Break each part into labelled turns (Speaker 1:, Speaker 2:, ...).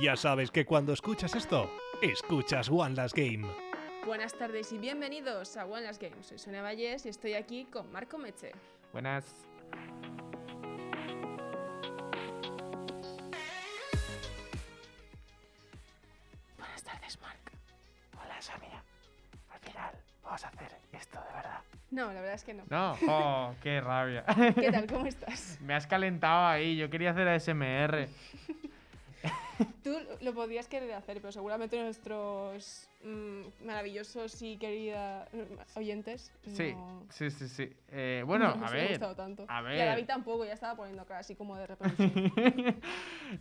Speaker 1: Ya sabes que cuando escuchas esto, escuchas One Last Game.
Speaker 2: Buenas tardes y bienvenidos a One Last Game. Soy Sonia Valles y estoy aquí con Marco Meche.
Speaker 3: Buenas.
Speaker 2: Buenas tardes, Marco.
Speaker 4: Hola Sonia. Al final vamos a hacer esto de verdad.
Speaker 2: No, la verdad es que no.
Speaker 3: No, oh, qué rabia.
Speaker 2: ¿Qué tal? ¿Cómo estás?
Speaker 3: Me has calentado ahí, yo quería hacer ASMR.
Speaker 2: Tú lo podrías querer hacer, pero seguramente nuestros mm, maravillosos y querida mm, oyentes.
Speaker 3: Sí,
Speaker 2: no-
Speaker 3: sí, sí, sí. Eh, bueno,
Speaker 2: no
Speaker 3: a
Speaker 2: nos ha
Speaker 3: ver.
Speaker 2: gustado tanto.
Speaker 3: A
Speaker 2: Y a David
Speaker 3: ver.
Speaker 2: tampoco, ya estaba poniendo cara así como de reproducción.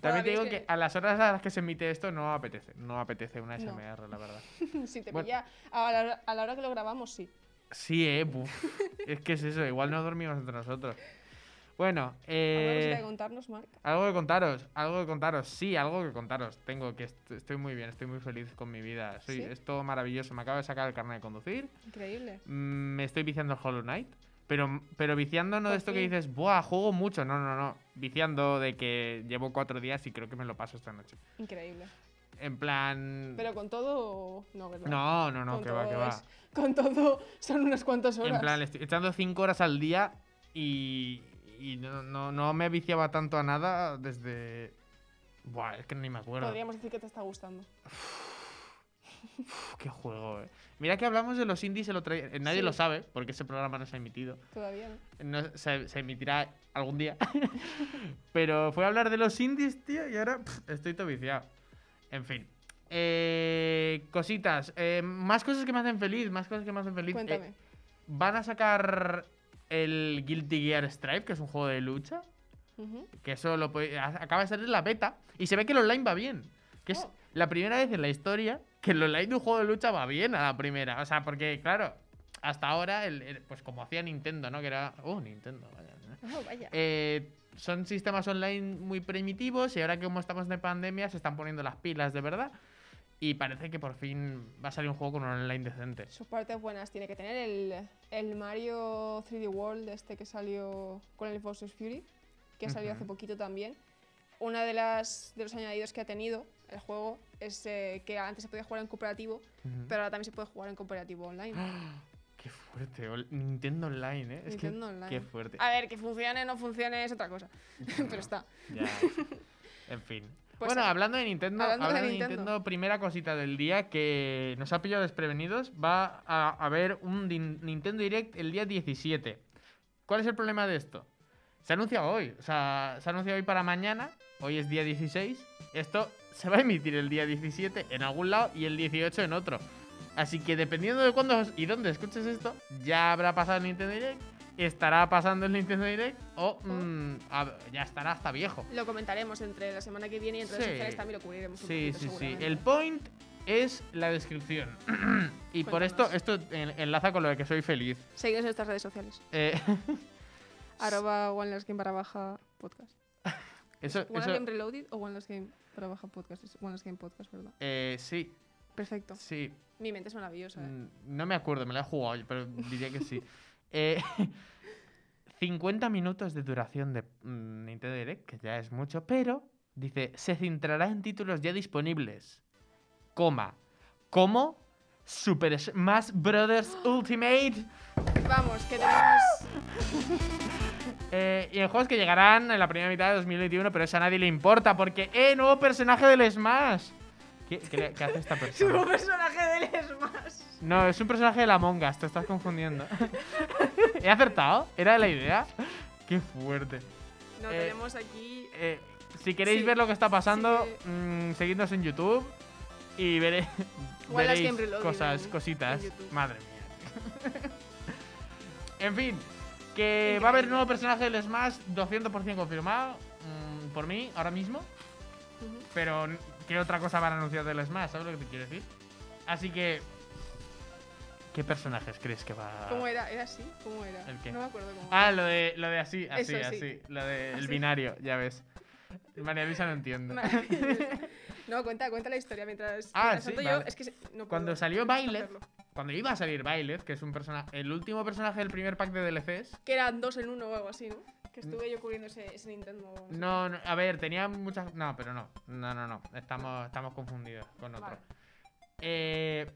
Speaker 3: También te digo
Speaker 2: es que-
Speaker 3: que a las horas a las que se emite esto no apetece. No apetece una
Speaker 2: No.
Speaker 3: ASMR, la verdad.
Speaker 2: si te
Speaker 3: Bueno.
Speaker 2: pilla a la, hora- a la hora que lo grabamos, sí.
Speaker 3: Sí, eh. buf. es que es eso, igual no dormimos entre nosotros. Bueno,
Speaker 2: ¿Alguna cosita
Speaker 3: eh.
Speaker 2: que contarnos, Marco?
Speaker 3: Algo que contaros, algo que contaros, sí, algo que contaros. Tengo que est- estoy muy bien, estoy muy feliz con mi vida. Soy,
Speaker 2: ¿Sí?
Speaker 3: Es todo maravilloso. Me acabo de sacar el carnet de conducir.
Speaker 2: Increíble.
Speaker 3: mm, Me estoy viciando el Hollow Knight. Pero, pero viciando no
Speaker 2: Por
Speaker 3: de esto que
Speaker 2: fin.
Speaker 3: dices, ¡buah! Juego mucho. No, no, no. Viciando de que llevo cuatro días y creo que me lo paso esta noche.
Speaker 2: Increíble.
Speaker 3: En plan.
Speaker 2: Pero con todo, no, ¿verdad?
Speaker 3: no, no, no,
Speaker 2: Con
Speaker 3: que va,
Speaker 2: todo
Speaker 3: que va.
Speaker 2: es- Con todo son unas cuantas horas.
Speaker 3: En plan, le estoy echando cinco horas al día y. y no, no, no me viciaba tanto a nada desde. Buah, es que ni me acuerdo.
Speaker 2: Podríamos decir que te está gustando.
Speaker 3: Uf, qué juego, eh. Mira que hablamos de los indies el otro día. Eh, Nadie
Speaker 2: Sí.
Speaker 3: lo sabe, porque ese programa no se ha emitido.
Speaker 2: Todavía no.
Speaker 3: No- se, se emitirá algún día. Pero fue a hablar de los indies, tío, y ahora pf, estoy todo viciado. En fin. Eh, cositas. Eh, más cosas que me hacen feliz, más cosas que me hacen feliz. Eh,
Speaker 2: Cuéntame.
Speaker 3: van a sacar el Guilty Gear Stripe, que es un juego de lucha.
Speaker 2: Ujú.
Speaker 3: Que eso lo puede- a- acaba de salir la beta. Y se ve que el online va bien. Que es
Speaker 2: Oh.
Speaker 3: la primera vez en la historia que el online de un juego de lucha va bien a la primera. O sea, porque, claro, hasta ahora, el- el- pues como hacía Nintendo, ¿no? Que era. Oh, Nintendo, vaya. ¿no?
Speaker 2: Oh, vaya.
Speaker 3: Eh, son sistemas online muy primitivos y ahora que como estamos de pandemia se están poniendo las pilas de verdad. Y parece que por fin va a salir un juego con un online decente.
Speaker 2: Sus partes buenas tiene que tener el, el Mario 3D World, este que salió con el Forces Fury, que ha salido
Speaker 3: Ujú.
Speaker 2: hace poquito también. Uno de, las, de los añadidos que ha tenido el juego es eh, que antes se podía jugar en cooperativo,
Speaker 3: Ujú. Ah.
Speaker 2: pero ahora también se puede jugar en cooperativo online.
Speaker 3: Qué fuerte. ol- Nintendo Online, ¿eh? Es que-
Speaker 2: Nintendo Online.
Speaker 3: Qué fuerte.
Speaker 2: A ver, que funcione o no funcione es otra cosa, pero está.
Speaker 3: Ya. En fin.
Speaker 2: Pues
Speaker 3: bueno,
Speaker 2: sí.
Speaker 3: hablando de Nintendo,
Speaker 2: Hablando de
Speaker 3: hablando de
Speaker 2: Nintendo.
Speaker 3: Nintendo. primera cosita del día que nos ha pillado desprevenidos, va a haber un din- Nintendo Direct el día 17. ¿Cuál es el problema de esto? Se anuncia hoy, o sea, se anuncia hoy para mañana, hoy es día 16, esto se va a emitir el día 17 en algún lado y el 18 en otro. Así que dependiendo de cuándo y dónde escuches esto, ya habrá pasado el Nintendo Direct, estará pasando el Nintendo Direct o mm, a- ya estará hasta viejo.
Speaker 2: Lo comentaremos entre la semana que viene y en redes
Speaker 3: Sí.
Speaker 2: sociales también lo cubriremos un
Speaker 3: Sí,
Speaker 2: poquito,
Speaker 3: sí, sí.
Speaker 2: seguramente.
Speaker 3: El point es la descripción. y por esto,
Speaker 2: Cuéntanos.
Speaker 3: esto en- enlaza con lo de que soy feliz.
Speaker 2: Seguidnos en nuestras redes sociales.
Speaker 3: Eh,
Speaker 2: Arroba One Last Game para baja podcast.
Speaker 3: eso,
Speaker 2: ¿One Last
Speaker 3: eso-
Speaker 2: Game Reloaded o One Last Game para baja podcast? Es One Last Game Podcast, ¿verdad?
Speaker 3: eh, sí,
Speaker 2: Perfecto.
Speaker 3: sí.
Speaker 2: Mi mente es maravillosa. ¿eh?
Speaker 3: Mm, No me acuerdo, me la he jugado, yo, pero diría que sí. Eh, 50 minutos de duración de mm, Nintendo Direct, que ya es mucho, pero dice, se centrará en títulos ya disponibles. Coma. Como Super Smash Brothers Ultimate. Mm.
Speaker 2: Vamos, que tenemos.
Speaker 3: Eh, y en juegos que llegarán en la primera mitad de 2021, pero eso a nadie le importa porque ¡eh! Nuevo personaje del Smash. ¿Qué, qué le- qué hace esta
Speaker 2: Nuevo
Speaker 3: persona?
Speaker 2: personaje del Smash.
Speaker 3: No, es un personaje de la Mongas, te estás confundiendo. ¿He acertado? ¿Era la idea? Qué fuerte.
Speaker 2: No
Speaker 3: Eh,
Speaker 2: tenemos aquí.
Speaker 3: Eh, si queréis
Speaker 2: Sí,
Speaker 3: ver lo que está pasando,
Speaker 2: sí.
Speaker 3: mm, seguidnos en YouTube y veré-
Speaker 2: Igual las
Speaker 3: veréis
Speaker 2: Game Reloaded
Speaker 3: cosas,
Speaker 2: en-
Speaker 3: cositas.
Speaker 2: en YouTube.
Speaker 3: Madre mía. en fin, que va a haber nuevo personaje del Smash 200% confirmado mm, por mí ahora mismo.
Speaker 2: Ujú.
Speaker 3: Pero ¿qué otra cosa van a anunciar del Smash? ¿Sabes lo que te quiero decir? Así que... ¿Qué personajes crees que va a...?
Speaker 2: ¿Cómo era? ¿Era así? ¿Cómo era?
Speaker 3: ¿El qué?
Speaker 2: No me acuerdo cómo.
Speaker 3: Ah, lo de, lo de así, así,
Speaker 2: Eso sí.
Speaker 3: así. Lo del
Speaker 2: Así.
Speaker 3: binario, ya ves. María Luisa no entiende.
Speaker 2: Maravilloso. No, cuenta, cuenta la historia mientras.
Speaker 3: Ah,
Speaker 2: mientras
Speaker 3: sí,
Speaker 2: tanto yo,
Speaker 3: vale.
Speaker 2: es que se- no puedo,
Speaker 3: Cuando salió
Speaker 2: no puedo
Speaker 3: Violet-
Speaker 2: hacerlo.
Speaker 3: Cuando iba a salir Bailet, que es un personaje, el último personaje del primer pack de DLCs,
Speaker 2: Que eran dos en uno o algo así, ¿no? Que estuve yo cubriendo ese, ese Nintendo. sé
Speaker 3: No, no, a ver, tenía muchas. No, pero no. No, no, no. Estamos, estamos confundidos con otro.
Speaker 2: Vale.
Speaker 3: Eh,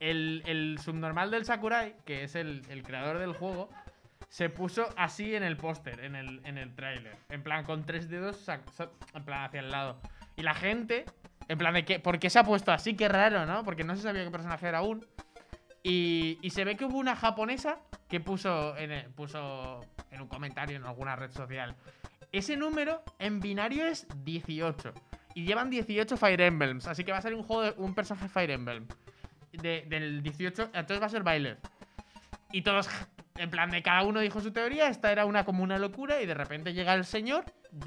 Speaker 3: el, el subnormal del Sakurai, que es el, el creador del juego, se puso así en el póster, en el, en el tráiler. En plan, con tres dedos, sac- sa- en plan, hacia el lado. Y la gente, en plan, de que, ¿por qué se ha puesto así? Qué raro, ¿no? Porque no se sabía qué personaje era aún. Y, y se ve que hubo una japonesa que puso en, el- puso en un comentario en alguna red social. Ese número en binario es 18. Y llevan 18 Fire Emblems. Así que va a ser un juego de un personaje Fire Emblem. De- del 18. Entonces va a ser Violet. Y todos, en plan de cada uno dijo su teoría. Esta era una como una locura. Y de repente llega el señor.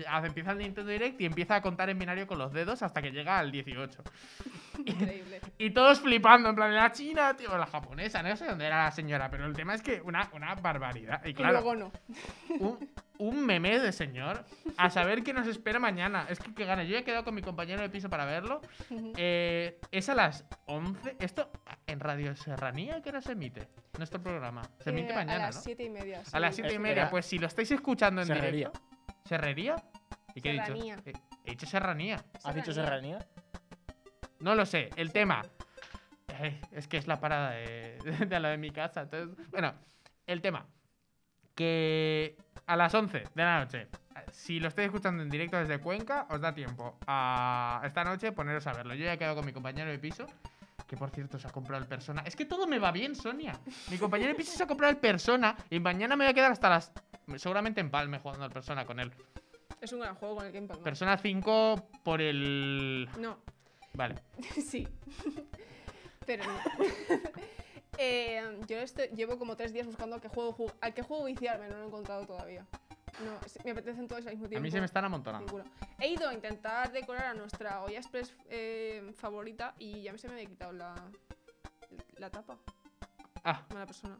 Speaker 3: hace- Empieza el Nintendo Direct y empieza a contar en binario con los dedos hasta que llega al 18.
Speaker 2: Increíble.
Speaker 3: Y todos flipando, en plan, la china, tío, o la japonesa, no sé dónde era la señora, pero el tema es que una, una barbaridad. Y
Speaker 2: Y luego
Speaker 3: claro,
Speaker 2: no.
Speaker 3: un, un meme de señor, a saber qué nos espera mañana. Es que, que gana, yo ya he quedado con mi compañero de piso para verlo.
Speaker 2: Ujú.
Speaker 3: Eh, es a las 11, esto en Radio Serranía, ¿qué hora se emite? Nuestro programa. Se
Speaker 2: Eh,
Speaker 3: emite
Speaker 2: A
Speaker 3: mañana,
Speaker 2: las
Speaker 3: ¿no?
Speaker 2: siete y media. sí.
Speaker 3: A las 7 y
Speaker 5: Eh,
Speaker 3: media,
Speaker 5: era-
Speaker 3: pues si lo estáis escuchando en
Speaker 5: Serrería.
Speaker 3: directo. ¿Serrería? ¿Y qué he dicho?
Speaker 2: Serranía.
Speaker 3: Eh, He dicho serranía.
Speaker 5: ¿Has dicho serranía?
Speaker 3: No lo sé, el tema. Eh, es que es la parada de, de la de mi casa. Entonces, bueno, el tema. Que a las 11 de la noche, si lo estáis escuchando en directo desde Cuenca, os da tiempo a esta noche poneros a verlo. Yo ya he quedado con mi compañero de piso, que por cierto se ha comprado el persona. Es que todo me va bien, Sonia. Mi compañero de piso se ha comprado el persona y mañana me voy a quedar hasta las... Seguramente en Palme jugando al persona con él.
Speaker 2: Es un gran juego con el Game Pass. ¿no?
Speaker 3: Persona 5 por el...
Speaker 2: No,
Speaker 3: Vale.
Speaker 2: sí. Pero no. Eh, yo este- llevo como tres días buscando a qué juego, ju- a qué juego viciarme, no lo he encontrado todavía. No, es- me apetecen todos al mismo tiempo.
Speaker 3: A mí se me están amontonando.
Speaker 2: Ninguno. He ido a intentar decorar a nuestra olla express eh, favorita y ya se me había quitado la, la tapa.
Speaker 3: Ah,
Speaker 2: Mala persona.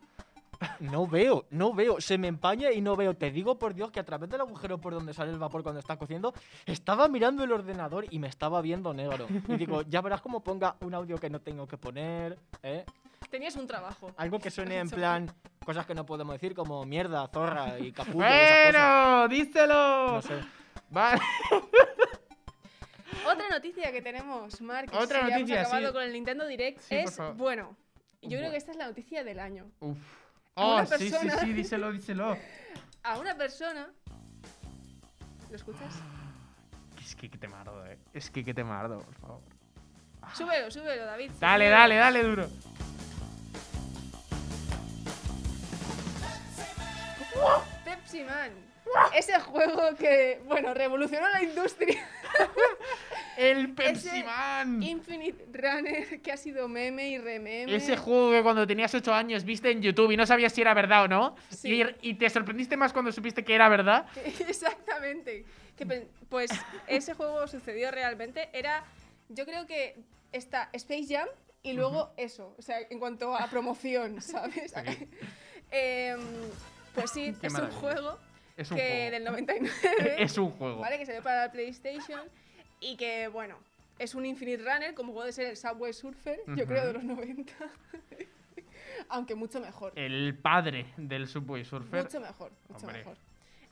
Speaker 5: No veo, no veo. Se me empaña y no veo. Te digo por Dios que a través del agujero por donde sale el vapor cuando está cociendo, estaba mirando el ordenador y me estaba viendo negro. Y digo, ya verás cómo ponga un audio que no tengo que poner, ¿eh?
Speaker 2: Tenías un trabajo.
Speaker 5: Algo que suene en
Speaker 2: Eso.
Speaker 5: plan cosas que no podemos decir como mierda, zorra y capullo. y esas cosas.
Speaker 3: Bueno, díselo.
Speaker 5: No sé.
Speaker 3: Vale.
Speaker 2: Otra noticia que tenemos, Mark. que
Speaker 3: Otra
Speaker 2: sí, ya hemos
Speaker 3: noticia,
Speaker 2: acabado
Speaker 3: sí.
Speaker 2: con el Nintendo Direct.
Speaker 3: Sí, por
Speaker 2: es
Speaker 3: favor.
Speaker 2: bueno. Yo creo
Speaker 3: Bueno.
Speaker 2: que esta es la noticia del año.
Speaker 3: Uf.
Speaker 2: A
Speaker 3: Oh,
Speaker 2: una
Speaker 3: sí, sí,
Speaker 2: persona.
Speaker 3: sí, díselo, díselo.
Speaker 2: A una persona. ¿Lo escuchas?
Speaker 3: Es que que te mardo, eh. Es que que te mardo, por favor.
Speaker 2: Súbelo, súbelo, David.
Speaker 3: Ah. Dale,
Speaker 2: súbelo.
Speaker 3: dale, dale duro.
Speaker 2: Pepsi Man. Ese juego que, bueno, revolucionó la industria.
Speaker 3: El Pepsi
Speaker 2: Ese-
Speaker 3: Man.
Speaker 2: Infinite Runner, que ha sido meme y rememe.
Speaker 3: Ese juego que cuando tenías 8 años viste en YouTube y no sabías si era verdad o no.
Speaker 2: Sí.
Speaker 3: Y, y te sorprendiste más cuando supiste que era verdad.
Speaker 2: Exactamente. Que pen- pues ese juego sucedió realmente. Era, yo creo que está Space Jam y luego eso. O sea, en cuanto a promoción, ¿sabes? Em, pues sí,
Speaker 3: Qué
Speaker 2: es un
Speaker 3: maravilla.
Speaker 2: juego
Speaker 3: Es un
Speaker 2: que
Speaker 3: juego.
Speaker 2: del 99,
Speaker 3: Es un juego.
Speaker 2: ¿vale? Que salió para la PlayStation y que, bueno, es un Infinite Runner, como puede ser el Subway Surfer, yo creo de
Speaker 3: Ujú.
Speaker 2: los 90. Aunque mucho mejor.
Speaker 3: El padre del Subway Surfer.
Speaker 2: Mucho mejor, mucho
Speaker 3: Hombre.
Speaker 2: mejor.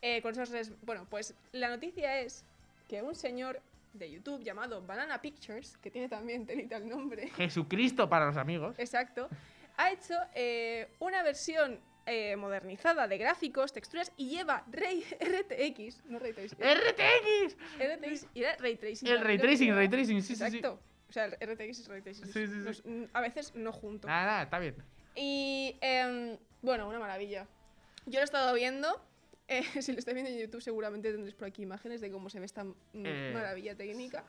Speaker 2: Eh, con esos res- Bueno, pues la noticia es que un señor de YouTube llamado Banana Pictures, que tiene también telita el nombre,
Speaker 3: Jesucristo para los
Speaker 2: Eh,
Speaker 3: amigos.
Speaker 2: exacto, ha hecho eh, una versión eh, modernizada de gráficos, texturas y lleva Ray RTX, no Ray Tracing,
Speaker 3: ¡RTX!
Speaker 2: RTX y era Ray Tracing.
Speaker 3: El Ray
Speaker 2: también, creo que
Speaker 3: Tracing,
Speaker 2: era.
Speaker 3: Ray Tracing, sí, sí, sí.
Speaker 2: Exacto. O sea, el RTX es Ray Tracing.
Speaker 3: Sí, Ah, sí,
Speaker 2: No
Speaker 3: sí.
Speaker 2: es- a veces no junto.
Speaker 3: Nada, nada, está bien.
Speaker 2: Y em, bueno, una maravilla. Yo lo he estado viendo. eh, si lo estáis viendo en YouTube, seguramente tendréis por aquí imágenes de cómo se ve esta mm,
Speaker 3: Eh.
Speaker 2: maravilla técnica.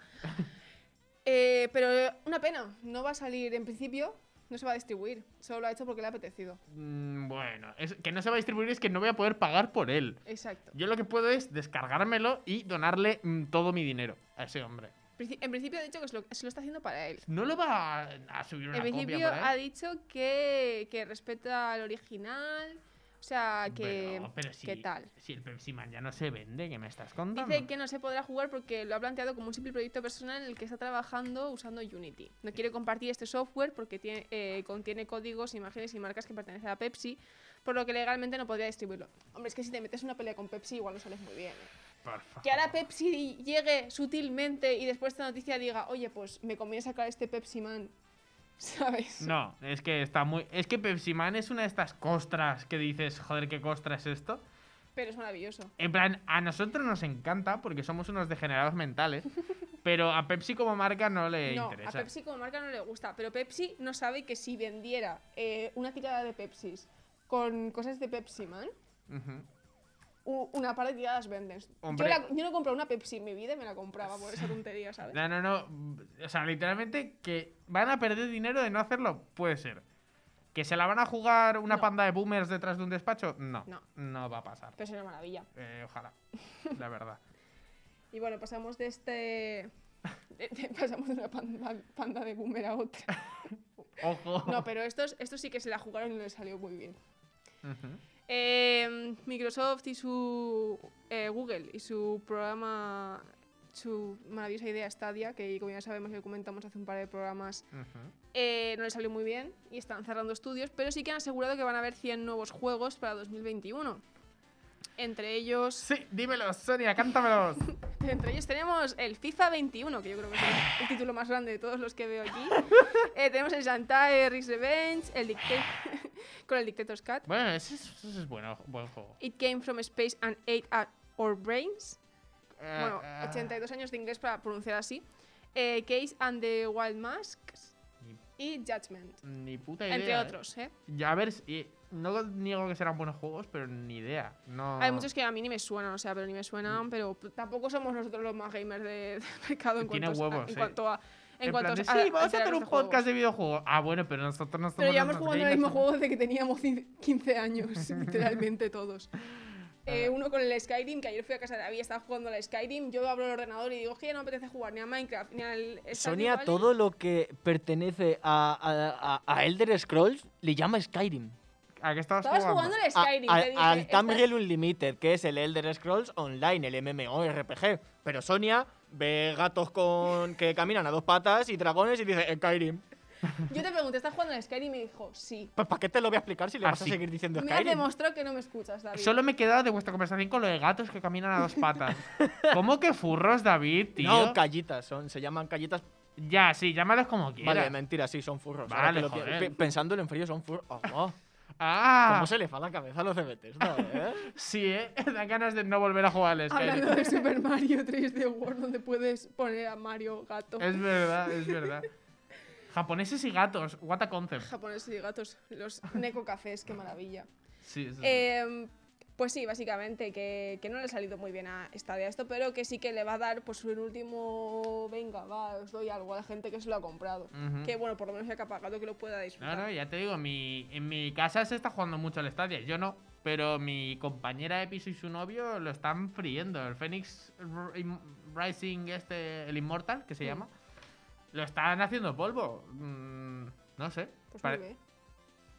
Speaker 2: Eh, pero una pena, no va a salir en principio, no se va a distribuir. Solo lo ha hecho porque le ha apetecido.
Speaker 3: Mm, Bueno, es- que no se va a distribuir es que no voy a poder pagar por él.
Speaker 2: Exacto.
Speaker 3: Yo lo que puedo es descargármelo y donarle mm, todo mi dinero a ese hombre.
Speaker 2: Princi- En principio ha dicho que se lo, se lo está haciendo para él.
Speaker 3: No lo va a, a subir una
Speaker 2: En
Speaker 3: copia
Speaker 2: principio
Speaker 3: por ahí.
Speaker 2: ha dicho que, que respeta al original. O sea, que...
Speaker 3: Pero- pero si,
Speaker 2: ¿Qué tal?
Speaker 3: Si el Pepsi Man ya no se vende, ¿qué me estás contando?
Speaker 2: Dice que no se podrá jugar porque lo ha planteado como un simple proyecto personal en el que está trabajando usando Unity. No quiere compartir este software porque tiene- eh, contiene códigos, imágenes y marcas que pertenecen a Pepsi, por lo que legalmente no podría distribuirlo. Hombre, es que si te metes en una pelea con Pepsi igual no sales muy bien. ¿eh?
Speaker 3: Por favor.
Speaker 2: Que ahora Pepsi llegue sutilmente y después esta noticia diga, oye, pues me conviene sacar este Pepsi Man, ¿sabes?
Speaker 3: No, es que está muy. Es que Pepsi Man es una de estas costras que dices, joder, qué costra es esto.
Speaker 2: Pero es maravilloso.
Speaker 3: En plan, a nosotros nos encanta porque somos unos degenerados mentales, pero a Pepsi como marca no le
Speaker 2: no,
Speaker 3: interesa.
Speaker 2: a Pepsi como marca no le gusta, pero Pepsi no sabe que si vendiera eh, una tirada de Pepsis con cosas de Pepsi Man,
Speaker 3: Ujú.
Speaker 2: u- una par de tiradas venden. Yo,
Speaker 3: Hombre.
Speaker 2: la- yo no he comprado una Pepsi en mi vida y me la compraba por esa tontería, ¿sabes?
Speaker 3: No, no, no. O sea, literalmente que van a perder dinero de no hacerlo, puede ser. ¿Que se la van a jugar una
Speaker 2: No.
Speaker 3: panda de boomers detrás de un despacho? No. No,
Speaker 2: No.
Speaker 3: va a pasar.
Speaker 2: Pero es una maravilla.
Speaker 3: Eh, ojalá. La verdad.
Speaker 2: Y bueno, pasamos de este... de- de- pasamos de una panda, panda de boomer a otra.
Speaker 3: Ojo.
Speaker 2: No, pero estos, estos sí que se la jugaron y no les salió muy bien.
Speaker 3: Ujú.
Speaker 2: Eh, Microsoft y su eh, Google y su programa, su maravillosa idea Stadia, que como ya sabemos que comentamos hace un par de programas,
Speaker 3: Ujú.
Speaker 2: eh, no les salió muy bien y están cerrando estudios, pero sí que han asegurado que van a haber 100 nuevos juegos para 2021. Entre ellos,
Speaker 3: Sí, dímelo, Sonia, cántamelos.
Speaker 2: entre ellos tenemos el FIFA 21, que yo creo que es el, el título más grande de todos los que veo aquí. Eh, tenemos el Shantae Risk Revenge, el Dicta- con el Dictator's Cut.
Speaker 3: bueno, ese es, ese es bueno, buen juego.
Speaker 2: It came from space and ate at our brains.
Speaker 3: Eh,
Speaker 2: Bueno,
Speaker 3: ah,
Speaker 2: 82 años de inglés para pronunciar así. Eh, Case and the Wild Masks
Speaker 3: Ni,
Speaker 2: y Judgment,
Speaker 3: ni puta idea.
Speaker 2: entre
Speaker 3: ¿eh?
Speaker 2: otros. ¿eh?
Speaker 3: Ya, a ver, si- no niego que serán buenos juegos, pero ni idea. No...
Speaker 2: Hay muchos que a mí ni me suenan, o sea, pero ni me
Speaker 3: Mm.
Speaker 2: suenan, pero p- tampoco somos nosotros los más gamers de, del mercado en
Speaker 3: Tiene
Speaker 2: cuanto a-
Speaker 3: huevos,
Speaker 2: en
Speaker 3: eh.
Speaker 2: cuanto a. En
Speaker 3: En
Speaker 2: cuanto
Speaker 3: plan de,
Speaker 2: a- este
Speaker 3: sí, vamos a
Speaker 2: enterarnos
Speaker 3: hacer un
Speaker 2: de juegos".
Speaker 3: podcast de videojuegos. Ah, bueno, pero nosotros no somos
Speaker 2: Pero llevamos
Speaker 3: los
Speaker 2: jugando al
Speaker 3: gamers,
Speaker 2: mismo
Speaker 3: ¿no?
Speaker 2: juego desde que teníamos 15 años, literalmente todos. Eh, uno con el Skyrim, que ayer fui a casa de David, estaba jugando al Skyrim, yo abro el ordenador y digo, "Es que ya no me apetece jugar ni a Minecraft, ni al... Stardew
Speaker 5: Sonia,
Speaker 2: Valley".
Speaker 5: todo lo que pertenece a, a- a- a Elder Scrolls le llama Skyrim.
Speaker 3: ¿A qué estabas,
Speaker 2: Estabas
Speaker 3: jugando?
Speaker 2: jugando al
Speaker 5: A-
Speaker 2: Skyrim,
Speaker 5: a-
Speaker 2: te dije,
Speaker 5: al
Speaker 2: "Estás-
Speaker 5: Tamriel Unlimited, que es el Elder Scrolls Online, el MMORPG. Pero Sonia ve gatos con que caminan a dos patas y dragones y dice "Eh, Skyrim.
Speaker 2: Yo te pregunté, ¿estás jugando al Skyrim? Y me dijo, sí.
Speaker 5: Pues ¿para qué te lo voy a explicar si le vas
Speaker 3: Así.
Speaker 5: a seguir diciendo
Speaker 2: Me has
Speaker 5: Skyrim?
Speaker 2: demostrado que no me escuchas, David.
Speaker 3: Solo me he quedado de vuestra conversación con lo de gatos que caminan a dos patas. ¿Cómo que furros, David, tío?
Speaker 5: No, callitas, son, se llaman callitas.
Speaker 3: ya, sí, llámalos como quieras.
Speaker 5: Vale, mentira, sí, son furros. Ahora
Speaker 3: Vale,
Speaker 5: que lo pi-
Speaker 3: joder.
Speaker 5: pe- Pensándolo en frío, son furros. Oh, wow.
Speaker 3: ah,
Speaker 5: ¿Cómo se le fa la cabeza a los de Bethesda, eh?
Speaker 3: sí, ¿eh? Dan ganas de no volver a jugar al Skyrim.
Speaker 2: Hablando de Super Mario 3D World, donde puedes poner a Mario gato.
Speaker 3: Es verdad, es verdad. Japoneses y gatos, what a concept.
Speaker 2: Japoneses y gatos, los Neko Cafés, qué maravilla.
Speaker 3: Sí, sí, sí.
Speaker 2: Eh, pues sí, básicamente, que, que no le ha salido muy bien a esta idea esto, pero que sí que le va a dar, pues un último, venga, va, os doy algo a la gente que se lo ha comprado.
Speaker 3: Ujú.
Speaker 2: Que bueno, por lo menos ya que ha pagado, que lo pueda disfrutar.
Speaker 3: No, no, ya te digo, mi, en mi casa se está jugando mucho al Stadia, yo no, pero mi compañera de piso y su novio lo están friendo. El Phoenix R- Im- Rising, este, el Immortal, que se
Speaker 2: Mm.
Speaker 3: llama, lo están haciendo polvo. Mm, no sé,
Speaker 2: Pues
Speaker 3: pare-
Speaker 2: muy bien.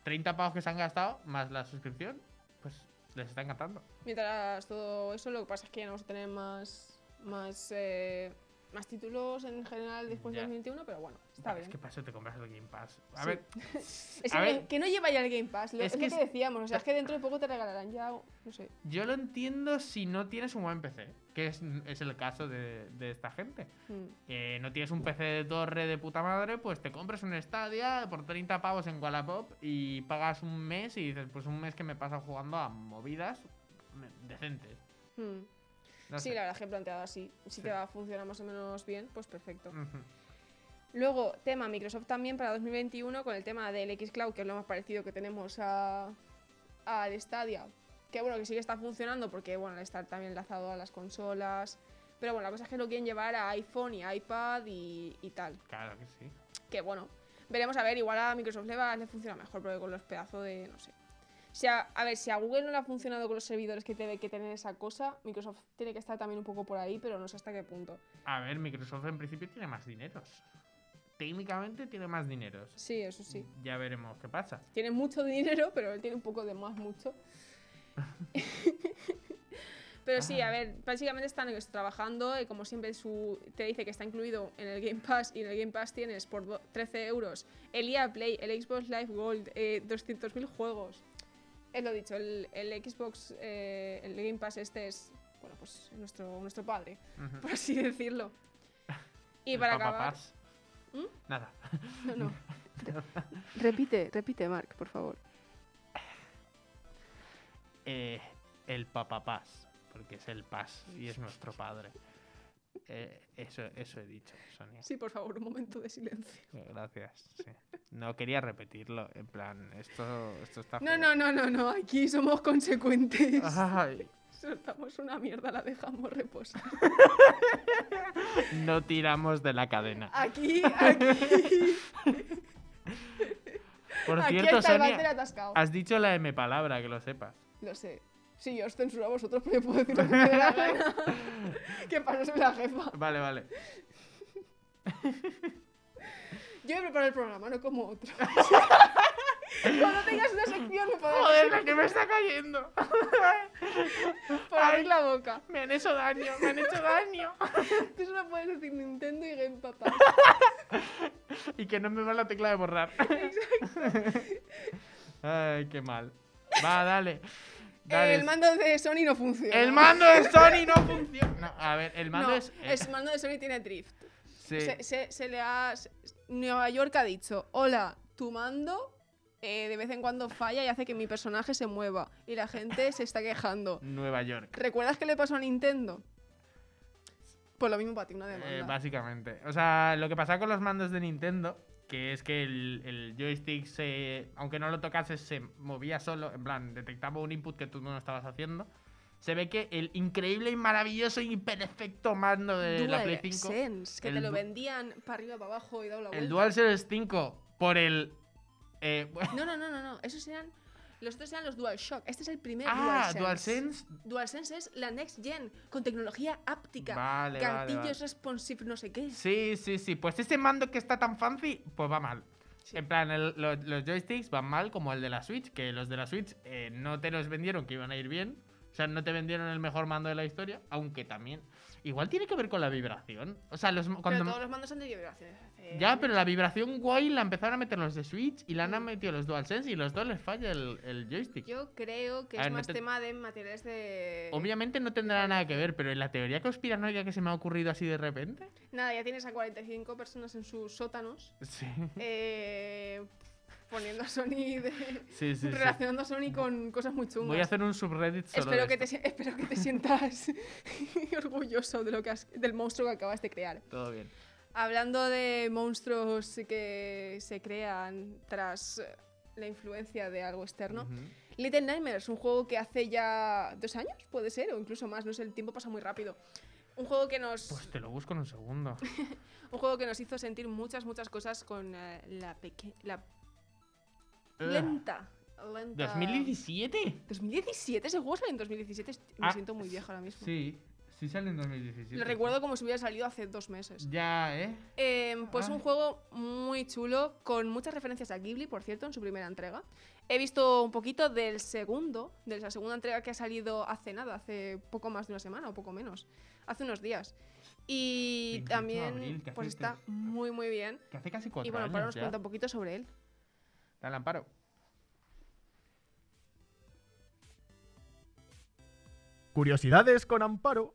Speaker 3: 30 pavos que se han gastado más la suscripción, pues les está encantando.
Speaker 2: Mientras todo eso, lo que pasa es que ya no vamos a tener más, más, eh, más títulos en general después
Speaker 3: Ya.
Speaker 2: de 2021, pero bueno, está
Speaker 3: Vale,
Speaker 2: bien.
Speaker 3: Es que para eso te compras el Game Pass. A
Speaker 2: Sí.
Speaker 3: ver,
Speaker 2: Es
Speaker 3: a
Speaker 2: que,
Speaker 3: ver.
Speaker 2: no, que no lleva ya el Game Pass, lo-
Speaker 3: Es
Speaker 2: es,
Speaker 3: que
Speaker 2: lo que
Speaker 3: es-
Speaker 2: decíamos, o sea, es que dentro de poco te regalarán ya, no sé.
Speaker 3: yo lo entiendo si no tienes un buen PC, que es, es el caso de- de esta gente.
Speaker 2: Mm.
Speaker 3: que no tienes un PC de torre de puta madre, pues te compras un Stadia por 30 pavos en Wallapop y pagas un mes y dices, pues un mes que me pasa jugando a movidas me- decentes.
Speaker 2: Mm.
Speaker 3: No
Speaker 2: sí,
Speaker 3: sé.
Speaker 2: la verdad es que planteado así, si
Speaker 3: Sí.
Speaker 2: te va a funcionar más o menos bien, pues perfecto.
Speaker 3: Ujú.
Speaker 2: Luego, tema Microsoft también para 2021 con el tema del xCloud, que es lo más parecido que tenemos a- al Stadia. Que bueno, que sí que está funcionando porque bueno, al estar también enlazado a las consolas. Pero bueno, la cosa es que lo quieren llevar a iPhone y iPad y, y tal.
Speaker 3: Claro que sí.
Speaker 2: Que bueno, veremos a ver, igual a Microsoft le, va, le funciona mejor porque con los pedazos de, no sé. Si a, a ver, si a Google no le ha funcionado con los servidores que debe que tener esa cosa, Microsoft tiene que estar también un poco por ahí, pero no sé hasta qué punto.
Speaker 3: A ver, Microsoft en principio tiene más dineros. Técnicamente tiene más dineros.
Speaker 2: Sí, eso sí.
Speaker 3: Ya veremos qué pasa.
Speaker 2: tiene mucho dinero, pero él tiene un poco de más mucho. Pero sí,
Speaker 3: Ah.
Speaker 2: a ver, básicamente están ellos trabajando y como siempre su, te dice que está incluido en el Game Pass y en el Game Pass tienes por do- 13 euros el EA Play, el Xbox Live Gold, eh, 200.000 juegos. Es lo dicho, el, el Xbox, eh, el Game Pass este es, bueno, pues nuestro, nuestro padre,
Speaker 3: Ujú.
Speaker 2: por así decirlo. Pues, Y
Speaker 3: El
Speaker 2: para
Speaker 3: Papa
Speaker 2: acabar...
Speaker 3: Paz.
Speaker 2: ¿Mm?
Speaker 3: Nada.
Speaker 2: No, no. repite, repite, Mark, por favor.
Speaker 3: Eh, el papapás, porque es el paz y es nuestro padre. Eh, eso, eso he dicho, Sonia.
Speaker 2: Sí, por favor, un momento de silencio.
Speaker 3: Gracias. sí. No quería repetirlo. En plan, esto, esto está.
Speaker 2: No, no, no, no, no, aquí somos consecuentes.
Speaker 3: Ay,
Speaker 2: Soltamos una mierda, la dejamos reposar.
Speaker 3: no tiramos de la cadena.
Speaker 2: Aquí, aquí.
Speaker 3: Por
Speaker 2: aquí
Speaker 3: cierto,
Speaker 2: está el váter
Speaker 3: Sonia,
Speaker 2: atascado.
Speaker 3: has dicho la M palabra, que lo sepas.
Speaker 2: Lo sé. Sí, yo os censuro a vosotros, pero yo puedo decir lo que me dé la gana. que para no ser la jefa.
Speaker 3: Vale, vale.
Speaker 2: Yo me preparo el programa, no como otro. Cuando tengas una sección me podrás
Speaker 3: Joder, la que me está cayendo.
Speaker 2: decir por abrir la boca.
Speaker 3: Me han hecho daño, me han hecho daño.
Speaker 2: Tú solo puedes decir Nintendo y Game Pass.
Speaker 3: Y que no me va la tecla de borrar. Ay, qué mal. Va, dale. Dale.
Speaker 2: El mando de Sony no funciona.
Speaker 3: El mando de Sony no funciona. No, a ver, el mando
Speaker 2: no,
Speaker 3: es. eh.
Speaker 2: El mando de Sony tiene drift.
Speaker 3: sí.
Speaker 2: Se, se- se le ha. se- Nueva York ha dicho: Hola, tu mando eh, de vez en cuando falla y hace que mi personaje se mueva. Y la gente se está quejando.
Speaker 3: Nueva York.
Speaker 2: ¿Recuerdas qué le pasó a Nintendo? Pues lo mismo para ti, una
Speaker 3: eh,
Speaker 2: demanda.
Speaker 3: básicamente. O sea, lo que pasaba con los mandos de Nintendo, que es que el, el joystick se. Aunque no lo tocases, se movía solo. En plan, detectaba un input que tú no estabas haciendo. Se ve que el increíble y maravilloso y perfecto mando de la Play 5.
Speaker 2: Sense, ¿eh? que
Speaker 3: el
Speaker 2: te lo
Speaker 3: du-
Speaker 2: vendían para arriba, para abajo y dado la vuelta.
Speaker 3: El DualSense 5 por el. eh, bu-
Speaker 2: No, no, no, no, no. Esos eran. Los otros eran los DualShock. Este es el primer
Speaker 3: ah,
Speaker 2: DualSense.
Speaker 3: DualSense.
Speaker 2: DualSense es la next gen con tecnología áptica.
Speaker 3: Vale, vale,
Speaker 2: gatillos
Speaker 3: vale.
Speaker 2: responsive, no sé qué.
Speaker 3: Sí, sí, sí. Pues este mando que está tan fancy, pues va mal.
Speaker 2: Sí.
Speaker 3: En plan, el- los, los joysticks van mal como el de la Switch, que los de la Switch eh, no te los vendieron que iban a ir bien. O sea, no te vendieron el mejor mando de la historia, aunque también. Igual tiene que ver con la vibración. O sea, los,
Speaker 2: Pero
Speaker 3: cuando.
Speaker 2: todos los mandos son de vibraciones. Eh,
Speaker 3: Ya, pero la vibración guay la empezaron a meter los de Switch y la han metido los DualSense y los dos les falla el, el joystick.
Speaker 2: Mm. Yo creo que
Speaker 3: A
Speaker 2: es
Speaker 3: ver, no
Speaker 2: más
Speaker 3: te-
Speaker 2: tema de materiales de.
Speaker 3: Obviamente no tendrá nada que ver, pero en la teoría conspiranoica que se me ha ocurrido así de repente.
Speaker 2: Nada, ya tienes a 45 personas en sus sótanos
Speaker 3: Sí.
Speaker 2: eh, poniendo a Sony de-
Speaker 3: Sí, sí, sí.
Speaker 2: relacionando a Sony con cosas muy chungas.
Speaker 3: Voy a hacer un subreddit solo.
Speaker 2: espero,
Speaker 3: de
Speaker 2: que te, si- espero que te sientas orgulloso de lo que has- del monstruo que acabas de crear.
Speaker 3: esto. Todo bien.
Speaker 2: Hablando de monstruos que se crean tras eh, la influencia de algo externo,
Speaker 3: Ujú.
Speaker 2: Little Nightmares, un juego que hace ya dos años, puede ser, o incluso más, no sé, el tiempo pasa muy rápido. Un juego que nos,
Speaker 3: Pues te lo busco en un segundo.
Speaker 2: un juego que nos hizo sentir muchas, muchas cosas con eh, la peque- la lenta, lenta...
Speaker 3: ¿2017?
Speaker 2: 2017, ese juego salió en 2017, me
Speaker 3: Ah,
Speaker 2: siento muy vieja ahora mismo.
Speaker 3: Sí, sí sale en 2017.
Speaker 2: Lo recuerdo como si hubiera salido hace dos meses.
Speaker 3: Ya, ¿eh?
Speaker 2: Eh, pues un
Speaker 3: Ah.
Speaker 2: juego muy chulo, con muchas referencias a Ghibli, por cierto, en su primera entrega. He visto un poquito del segundo, de la segunda entrega que ha salido hace nada, hace poco más de una semana o poco menos, hace unos días. Y
Speaker 3: 28 de
Speaker 2: también
Speaker 3: abril, que
Speaker 2: pues
Speaker 3: hace
Speaker 2: está
Speaker 3: tres-
Speaker 2: muy muy bien.
Speaker 3: Que hace casi cuatro
Speaker 2: Y bueno,
Speaker 3: años
Speaker 2: para nos
Speaker 3: ya.
Speaker 2: cuenta un poquito sobre él.
Speaker 3: Dale amparo.
Speaker 6: Curiosidades con Amparo.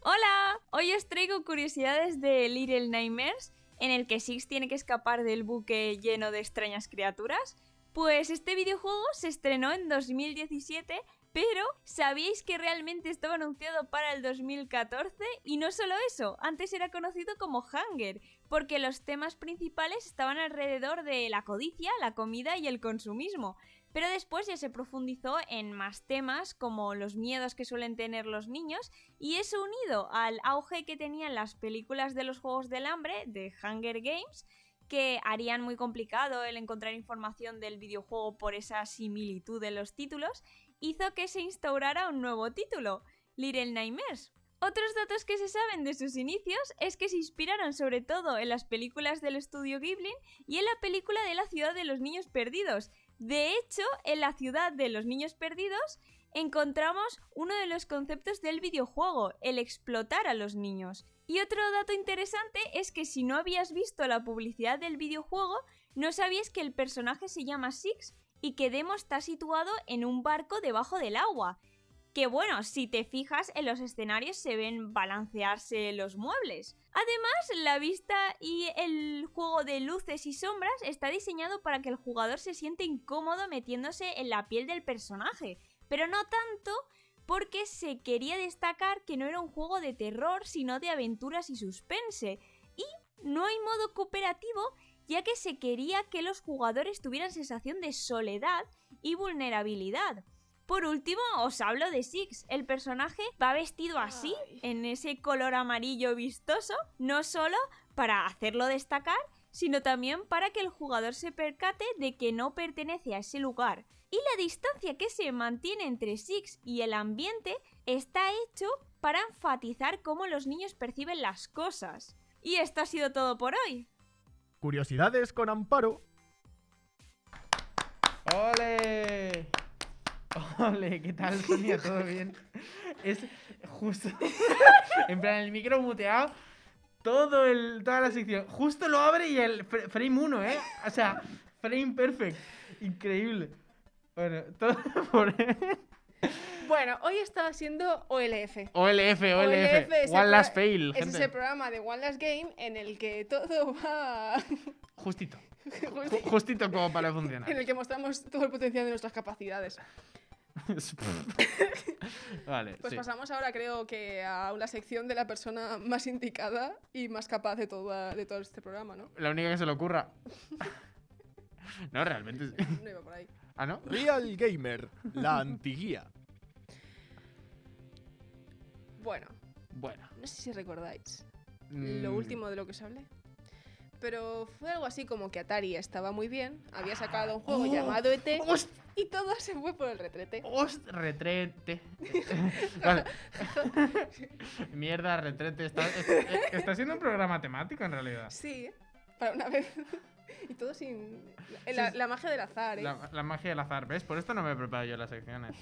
Speaker 7: Hola, hoy os traigo curiosidades de Little Nightmares, en el que Six tiene que escapar del buque lleno de extrañas criaturas. Pues este videojuego se estrenó en 2017, pero ¿sabíais que realmente estaba anunciado para el 2014? Y no solo eso, antes era conocido como Hunger, porque los temas principales estaban alrededor de la codicia, la comida y el consumismo. Pero después ya se profundizó en más temas como los miedos que suelen tener los niños y eso unido al auge que tenían las películas de los Juegos del Hambre, de Hunger Games, que harían muy complicado el encontrar información del videojuego por esa similitud de los títulos, hizo que se instaurara un nuevo título, Little Nightmares. Otros datos que se saben de sus inicios es que se inspiraron sobre todo en las películas del estudio Ghibli y en la película de la ciudad de los niños perdidos, De hecho, en la ciudad de los niños perdidos encontramos uno de los conceptos del videojuego, el explotar a los niños. Y otro dato interesante es que si no habías visto la publicidad del videojuego, no sabías que el personaje se llama Six y que Demo está situado en un barco debajo del agua. Que bueno, si te fijas en los escenarios se ven balancearse los muebles. Además, la vista y el juego de luces y sombras está diseñado para que el jugador se siente incómodo metiéndose en la piel del personaje, pero no tanto porque se quería destacar que no era un juego de terror, sino de aventuras y suspense. Y no hay modo cooperativo ya que se quería que los jugadores tuvieran sensación de soledad y vulnerabilidad. Por último, os hablo de Six. El personaje va vestido así,
Speaker 2: Ay.
Speaker 7: en ese color amarillo vistoso, no solo para hacerlo destacar, sino también para que el jugador se percate de que no pertenece a ese lugar. Y la distancia que se mantiene entre Six y el ambiente está hecho para enfatizar cómo los niños perciben las cosas. Y esto ha sido todo por hoy.
Speaker 6: Curiosidades con Amparo.
Speaker 3: ¡Ole! ¡Ole! ¿Qué tal, Sonia? ¿Todo bien? Es justo. en plan, el micro muteado. Todo el, toda la sección. Justo lo abre y el fr- frame 1, ¿eh? O sea, frame perfect. Increíble. Bueno, todo por.
Speaker 2: Bueno, hoy estaba siendo OLF.
Speaker 3: OLF, OLF.
Speaker 2: es el
Speaker 3: One last
Speaker 2: pro-
Speaker 3: fail,
Speaker 2: Ese es el
Speaker 3: gente.
Speaker 2: programa de One Last Game en el que todo va.
Speaker 3: Justito. Ju- Justito como para funcionar.
Speaker 2: en el que mostramos todo el potencial de nuestras capacidades.
Speaker 3: vale,
Speaker 2: Pues
Speaker 3: sí.
Speaker 2: pasamos ahora, creo que a una sección de la persona más indicada y más capaz de, toda, de todo este programa, ¿no?
Speaker 3: La única que se le ocurra. no, realmente. sí.
Speaker 2: No iba por ahí.
Speaker 3: Ah, ¿no?
Speaker 8: Real Gamer, la antiguía.
Speaker 2: Bueno,
Speaker 3: Bueno.
Speaker 2: no sé si recordáis lo
Speaker 3: mm,
Speaker 2: último de lo que os hablé. Pero fue algo así como que Atari estaba muy bien, había sacado un juego
Speaker 3: Oh.
Speaker 2: llamado ET
Speaker 3: ¡Host!
Speaker 2: y todo se fue por el retrete.
Speaker 3: ¡Host! Retrete. Vale. Mierda, retrete. Está, es- es- está siendo un programa temático en realidad.
Speaker 2: Sí, para una vez. y todo sin. La,
Speaker 3: sí.
Speaker 2: la magia del azar, ¿eh?
Speaker 3: La, la magia del azar, ¿ves? Por esto no me he preparado yo las secciones.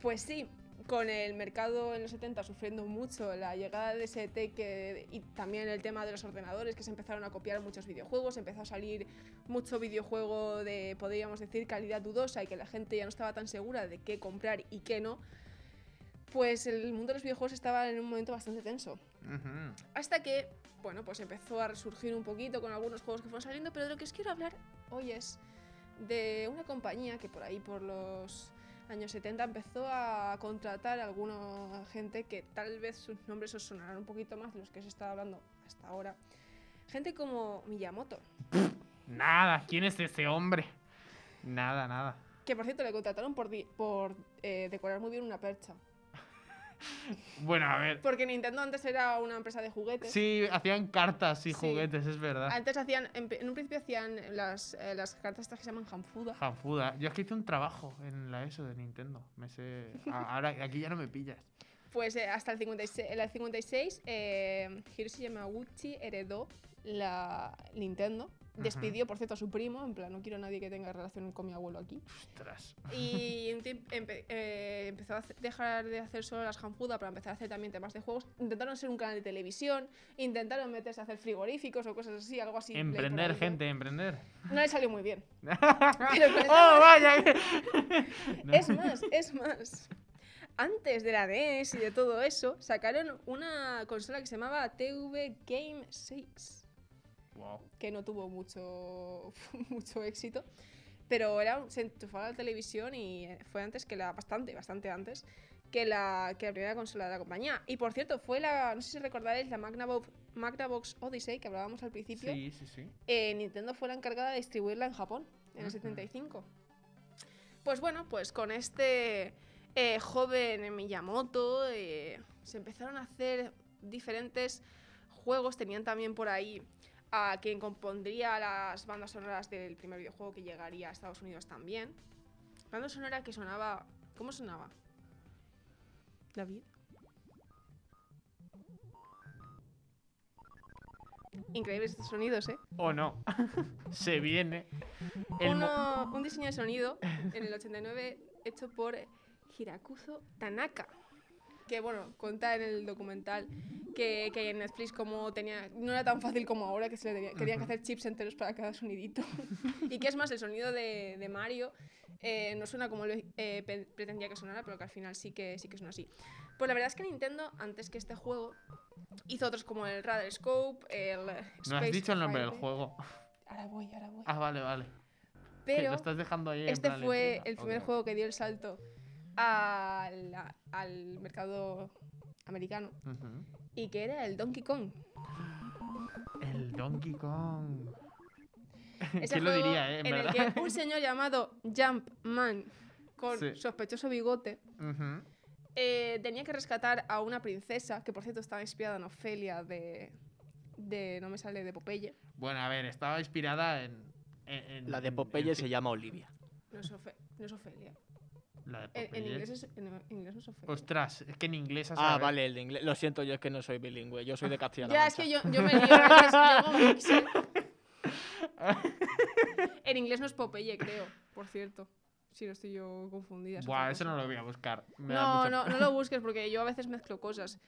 Speaker 2: Pues sí, con el mercado en los 70 sufriendo mucho la llegada de ST que, y también el tema de los ordenadores que se empezaron a copiar muchos videojuegos, empezó a salir mucho videojuego de, podríamos decir, calidad dudosa y que la gente ya no estaba tan segura de qué comprar y qué no, pues el mundo de los videojuegos estaba en un momento bastante tenso.
Speaker 3: Ujú.
Speaker 2: Hasta que, bueno, pues empezó a resurgir un poquito con algunos juegos que fueron saliendo, pero de lo que os quiero hablar hoy es de una compañía que por ahí, por los años 70, empezó a contratar a alguna gente que tal vez sus nombres os sonarán un poquito más de los que os he estado hablando hasta ahora. Gente como Miyamoto,
Speaker 3: Nada, ¿quién es ese hombre? Nada, nada.
Speaker 2: que por cierto le contrataron por, di- por eh, decorar muy bien una percha.
Speaker 3: Bueno, a ver.
Speaker 2: Porque Nintendo antes era una empresa de juguetes.
Speaker 3: Sí, hacían cartas y
Speaker 2: Sí.
Speaker 3: juguetes, es verdad.
Speaker 2: Antes hacían, en, pe- en un principio hacían las, eh, las cartas estas que se llaman Hanfuda.
Speaker 3: Janfuda. Yo es que hice un trabajo en la ESO de Nintendo. Me sé... a- Ahora aquí ya no me pillas.
Speaker 2: Pues eh, hasta el 56, el 56 eh, Hiroshi Yamaguchi heredó la Nintendo. Despidió, por cierto, a su primo, en plan, no quiero a nadie que tenga relación con mi abuelo aquí.
Speaker 3: Ostras.
Speaker 2: Y un tiemp- empe- eh, empezó a hace- dejar de hacer solo las Hanfuda para empezar a hacer también temas de juegos. Intentaron ser un canal de televisión, intentaron meterse a hacer frigoríficos o cosas así, algo así. play por
Speaker 3: emprender,
Speaker 2: ahí, ¿no?
Speaker 3: gente, emprender.
Speaker 2: No le salió muy bien.
Speaker 3: ¡Oh, vaya! No.
Speaker 2: Es más, es más. Antes de la NES y de todo eso, sacaron una consola que se llamaba TV Game 6,
Speaker 3: Wow.
Speaker 2: que no tuvo mucho, mucho éxito, pero era, un- se enchufaba a la televisión y eh, fue antes que la, bastante, bastante antes, que la, que la primera consola de la compañía. Y por cierto, fue la, no sé si recordaréis, la Magnavox, Magnavox Odyssey, que hablábamos al principio,
Speaker 3: Sí, sí, sí.
Speaker 2: eh, Nintendo fue la encargada de distribuirla en Japón, en el
Speaker 3: Ujú.
Speaker 2: 75. Pues bueno, pues con este eh, joven Miyamoto eh, se empezaron a hacer diferentes juegos. Tenían también por ahí a quien compondría las bandas sonoras del primer videojuego que llegaría a Estados Unidos también. Banda sonora que sonaba... ¿Cómo sonaba? David. Increíbles estos sonidos, ¿eh?
Speaker 3: O no. Se viene. El mo-
Speaker 2: Uno- un diseño de sonido en el 89 hecho por Hirakuzo Tanaka. Que bueno, cuenta en el documental que, que hay en Netflix como tenía. No era tan fácil como ahora que se le debía- tenían que hacer chips enteros para cada sonidito. y que es más, el sonido de, de Mario eh, no suena como lo eh, pe- pretendía que sonara, pero que al final sí que, sí que suena así. Pues la verdad es que Nintendo, antes que este juego, hizo otros como el Radar Scope, el.
Speaker 3: No has
Speaker 2: Space
Speaker 3: dicho el nombre del
Speaker 2: Firebase.
Speaker 3: juego.
Speaker 2: Ahora voy, ahora voy.
Speaker 3: Ah, vale, vale. Que
Speaker 2: pero.
Speaker 3: lo estás dejando ahí en
Speaker 2: Este
Speaker 3: plan
Speaker 2: fue
Speaker 3: intriga.
Speaker 2: el primer
Speaker 3: Ok.
Speaker 2: juego que dio el salto al, al mercado americano
Speaker 3: Ujú.
Speaker 2: y que era el Donkey Kong.
Speaker 3: El Donkey Kong.
Speaker 2: Ese
Speaker 3: ¿Quién lo
Speaker 2: juego
Speaker 3: diría, eh? En,
Speaker 2: en el
Speaker 3: verdad.
Speaker 2: que un señor llamado Jumpman con
Speaker 3: Sí.
Speaker 2: sospechoso bigote
Speaker 3: Ujú.
Speaker 2: eh, tenía que rescatar a una princesa que por cierto estaba inspirada en Ofelia de, de no me sale de Popeye.
Speaker 3: Bueno, a ver, estaba inspirada en. en- en-
Speaker 5: La de
Speaker 3: en-
Speaker 5: Popeye
Speaker 3: en-
Speaker 5: se llama Olivia.
Speaker 2: No es, Ofe- no es Ofelia.
Speaker 3: La de
Speaker 2: En, en
Speaker 3: Popeye.
Speaker 2: inglés es, en, en inglés no es Ofelia.
Speaker 3: Ostras, es que en inglés. a
Speaker 5: Ah,
Speaker 3: saber.
Speaker 5: vale, el de inglés. Lo siento, yo es que no soy bilingüe, yo soy de Castilla-La
Speaker 2: Ya, es que yo, yo me lío. es- yo hago mixes. en inglés no es Popeye, creo, por cierto. Si no estoy yo confundida. es
Speaker 3: Buah,
Speaker 2: otra
Speaker 3: eso
Speaker 2: cosa.
Speaker 3: no lo voy a buscar. Me da
Speaker 2: No,
Speaker 3: mucho-
Speaker 2: no, no lo busques porque yo a veces mezclo cosas.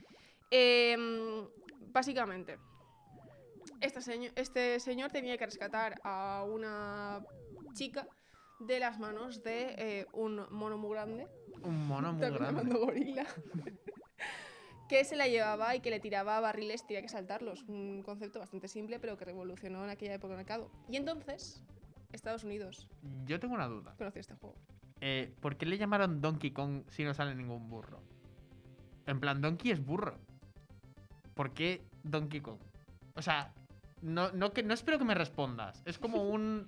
Speaker 2: Em, básicamente, este, seño- este señor tenía que rescatar a una chica de las manos de eh, un mono muy grande
Speaker 3: Un mono muy
Speaker 2: también
Speaker 3: grande.
Speaker 2: llamando gorila. que se la llevaba y que le tiraba barriles, tenía que saltarlos. Un concepto bastante simple, pero que revolucionó en aquella época el mercado. Y entonces, Estados Unidos
Speaker 3: Yo tengo una duda.
Speaker 2: conoció este juego.
Speaker 3: Eh, ¿Por qué le llamaron Donkey Kong si no sale ningún burro? En plan, Donkey es burro. ¿Por qué Donkey Kong? O sea, no, no, que, no espero que me respondas. Es como un,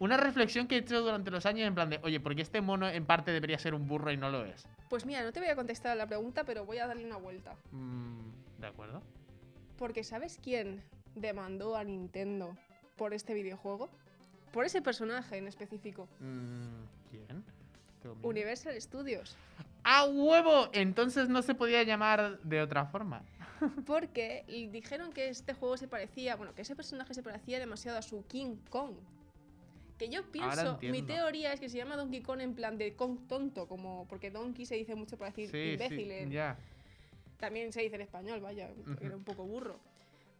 Speaker 3: una reflexión que he hecho durante los años en plan de, oye, ¿por qué este mono en parte debería ser un burro y no lo es?
Speaker 2: Pues mira, no te voy a contestar a la pregunta, pero voy a darle una vuelta.
Speaker 3: Mm, ¿De acuerdo?
Speaker 2: Porque ¿sabes quién demandó a Nintendo por este videojuego? Por ese personaje en específico.
Speaker 3: Mm, ¿Quién? Tengo miedo.
Speaker 2: Universal Studios.
Speaker 3: ¡Ah, huevo! Entonces no se podía llamar de otra forma.
Speaker 2: Porque l- dijeron que este juego se parecía, bueno, que ese personaje se parecía demasiado a su King Kong. Que yo pienso, mi
Speaker 3: entiendo.
Speaker 2: teoría es que se llama Donkey Kong en plan de Kong tonto, como porque Donkey se dice mucho para decir imbécil. en-
Speaker 3: ya.
Speaker 2: También se dice en español, vaya,
Speaker 3: Ujú.
Speaker 2: era un poco burro.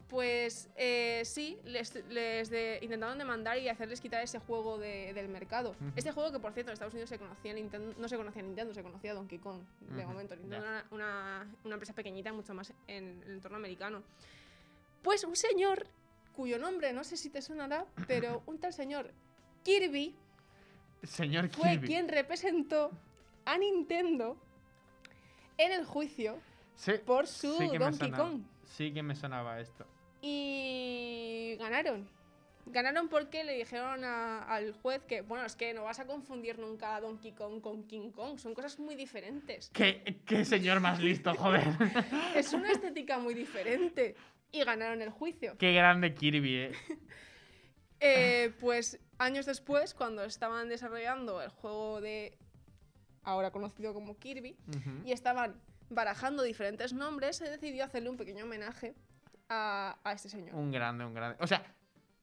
Speaker 2: Pues eh, sí, les, les de- intentaron demandar y hacerles quitar ese juego de- del mercado.
Speaker 3: Ujú.
Speaker 2: Este juego que, por cierto, en Estados Unidos se conocía Ninten- no se conocía Nintendo, se conocía Donkey Kong de
Speaker 3: Ujú,
Speaker 2: momento.
Speaker 3: ya.
Speaker 2: Nintendo era una, una empresa pequeñita, mucho más en el entorno americano. Pues un señor, cuyo nombre no sé si te sonará, pero un tal señor Kirby
Speaker 3: Señor
Speaker 2: fue
Speaker 3: Kirby.
Speaker 2: quien representó a Nintendo en el juicio
Speaker 3: Sí,
Speaker 2: por su
Speaker 3: sí que me
Speaker 2: Donkey
Speaker 3: sonaba.
Speaker 2: Kong.
Speaker 3: Sí que me sonaba esto.
Speaker 2: Y ganaron. Ganaron porque le dijeron a- al juez que, bueno, es que no vas a confundir nunca a Donkey Kong con King Kong, son cosas muy diferentes.
Speaker 3: ¿Qué, qué señor más listo, joder?
Speaker 2: Es una estética muy diferente. Y ganaron el juicio.
Speaker 3: qué grande Kirby, eh.
Speaker 2: Eh, pues años después, cuando estaban desarrollando el juego de, ahora conocido como Kirby,
Speaker 3: Ujú.
Speaker 2: y estaban barajando diferentes nombres, se decidió hacerle un pequeño homenaje a, a este señor.
Speaker 3: Un grande, un grande. O sea,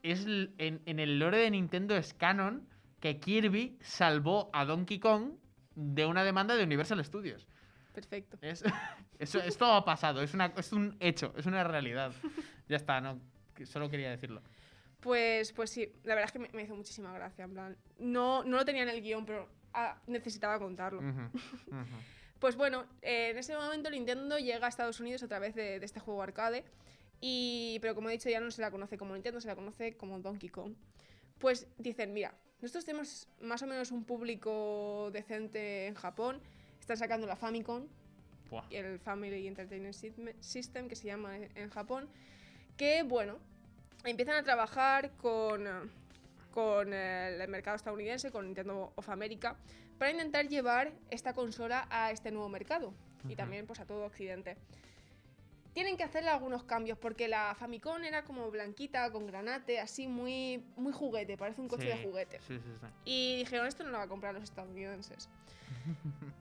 Speaker 3: es l- en, en el lore de Nintendo es canon que Kirby salvó a Donkey Kong de una demanda de Universal Studios.
Speaker 2: Perfecto.
Speaker 3: Es, eso, esto ha pasado, es, una, es un hecho, es una realidad. Ya está, no, que- solo quería decirlo.
Speaker 2: Pues, pues sí, la verdad es que me, me hizo muchísima gracia. En plan, no, no lo tenía en el guión, pero ah, necesitaba contarlo.
Speaker 3: Ujú, ujú.
Speaker 2: Pues bueno, eh, en ese momento Nintendo llega a Estados Unidos a través de, de este juego arcade. Y, pero como he dicho, ya no se la conoce como Nintendo, se la conoce como Donkey Kong. Pues dicen, mira, nosotros tenemos más o menos un público decente en Japón. Están sacando la Famicom,
Speaker 3: Buah.
Speaker 2: y el Family Entertainment Sym- System, que se llama en en Japón, que, bueno, empiezan a trabajar con, eh, con eh, el mercado estadounidense, con Nintendo of America, para intentar llevar esta consola a este nuevo mercado y también pues a todo Occidente. Tienen que hacerle algunos cambios porque la Famicom era como blanquita, con granate, así muy, muy juguete, parece un coche
Speaker 3: Sí,
Speaker 2: de juguete.
Speaker 3: Sí, sí, sí.
Speaker 2: Y dijeron, esto no lo va a comprar los estadounidenses.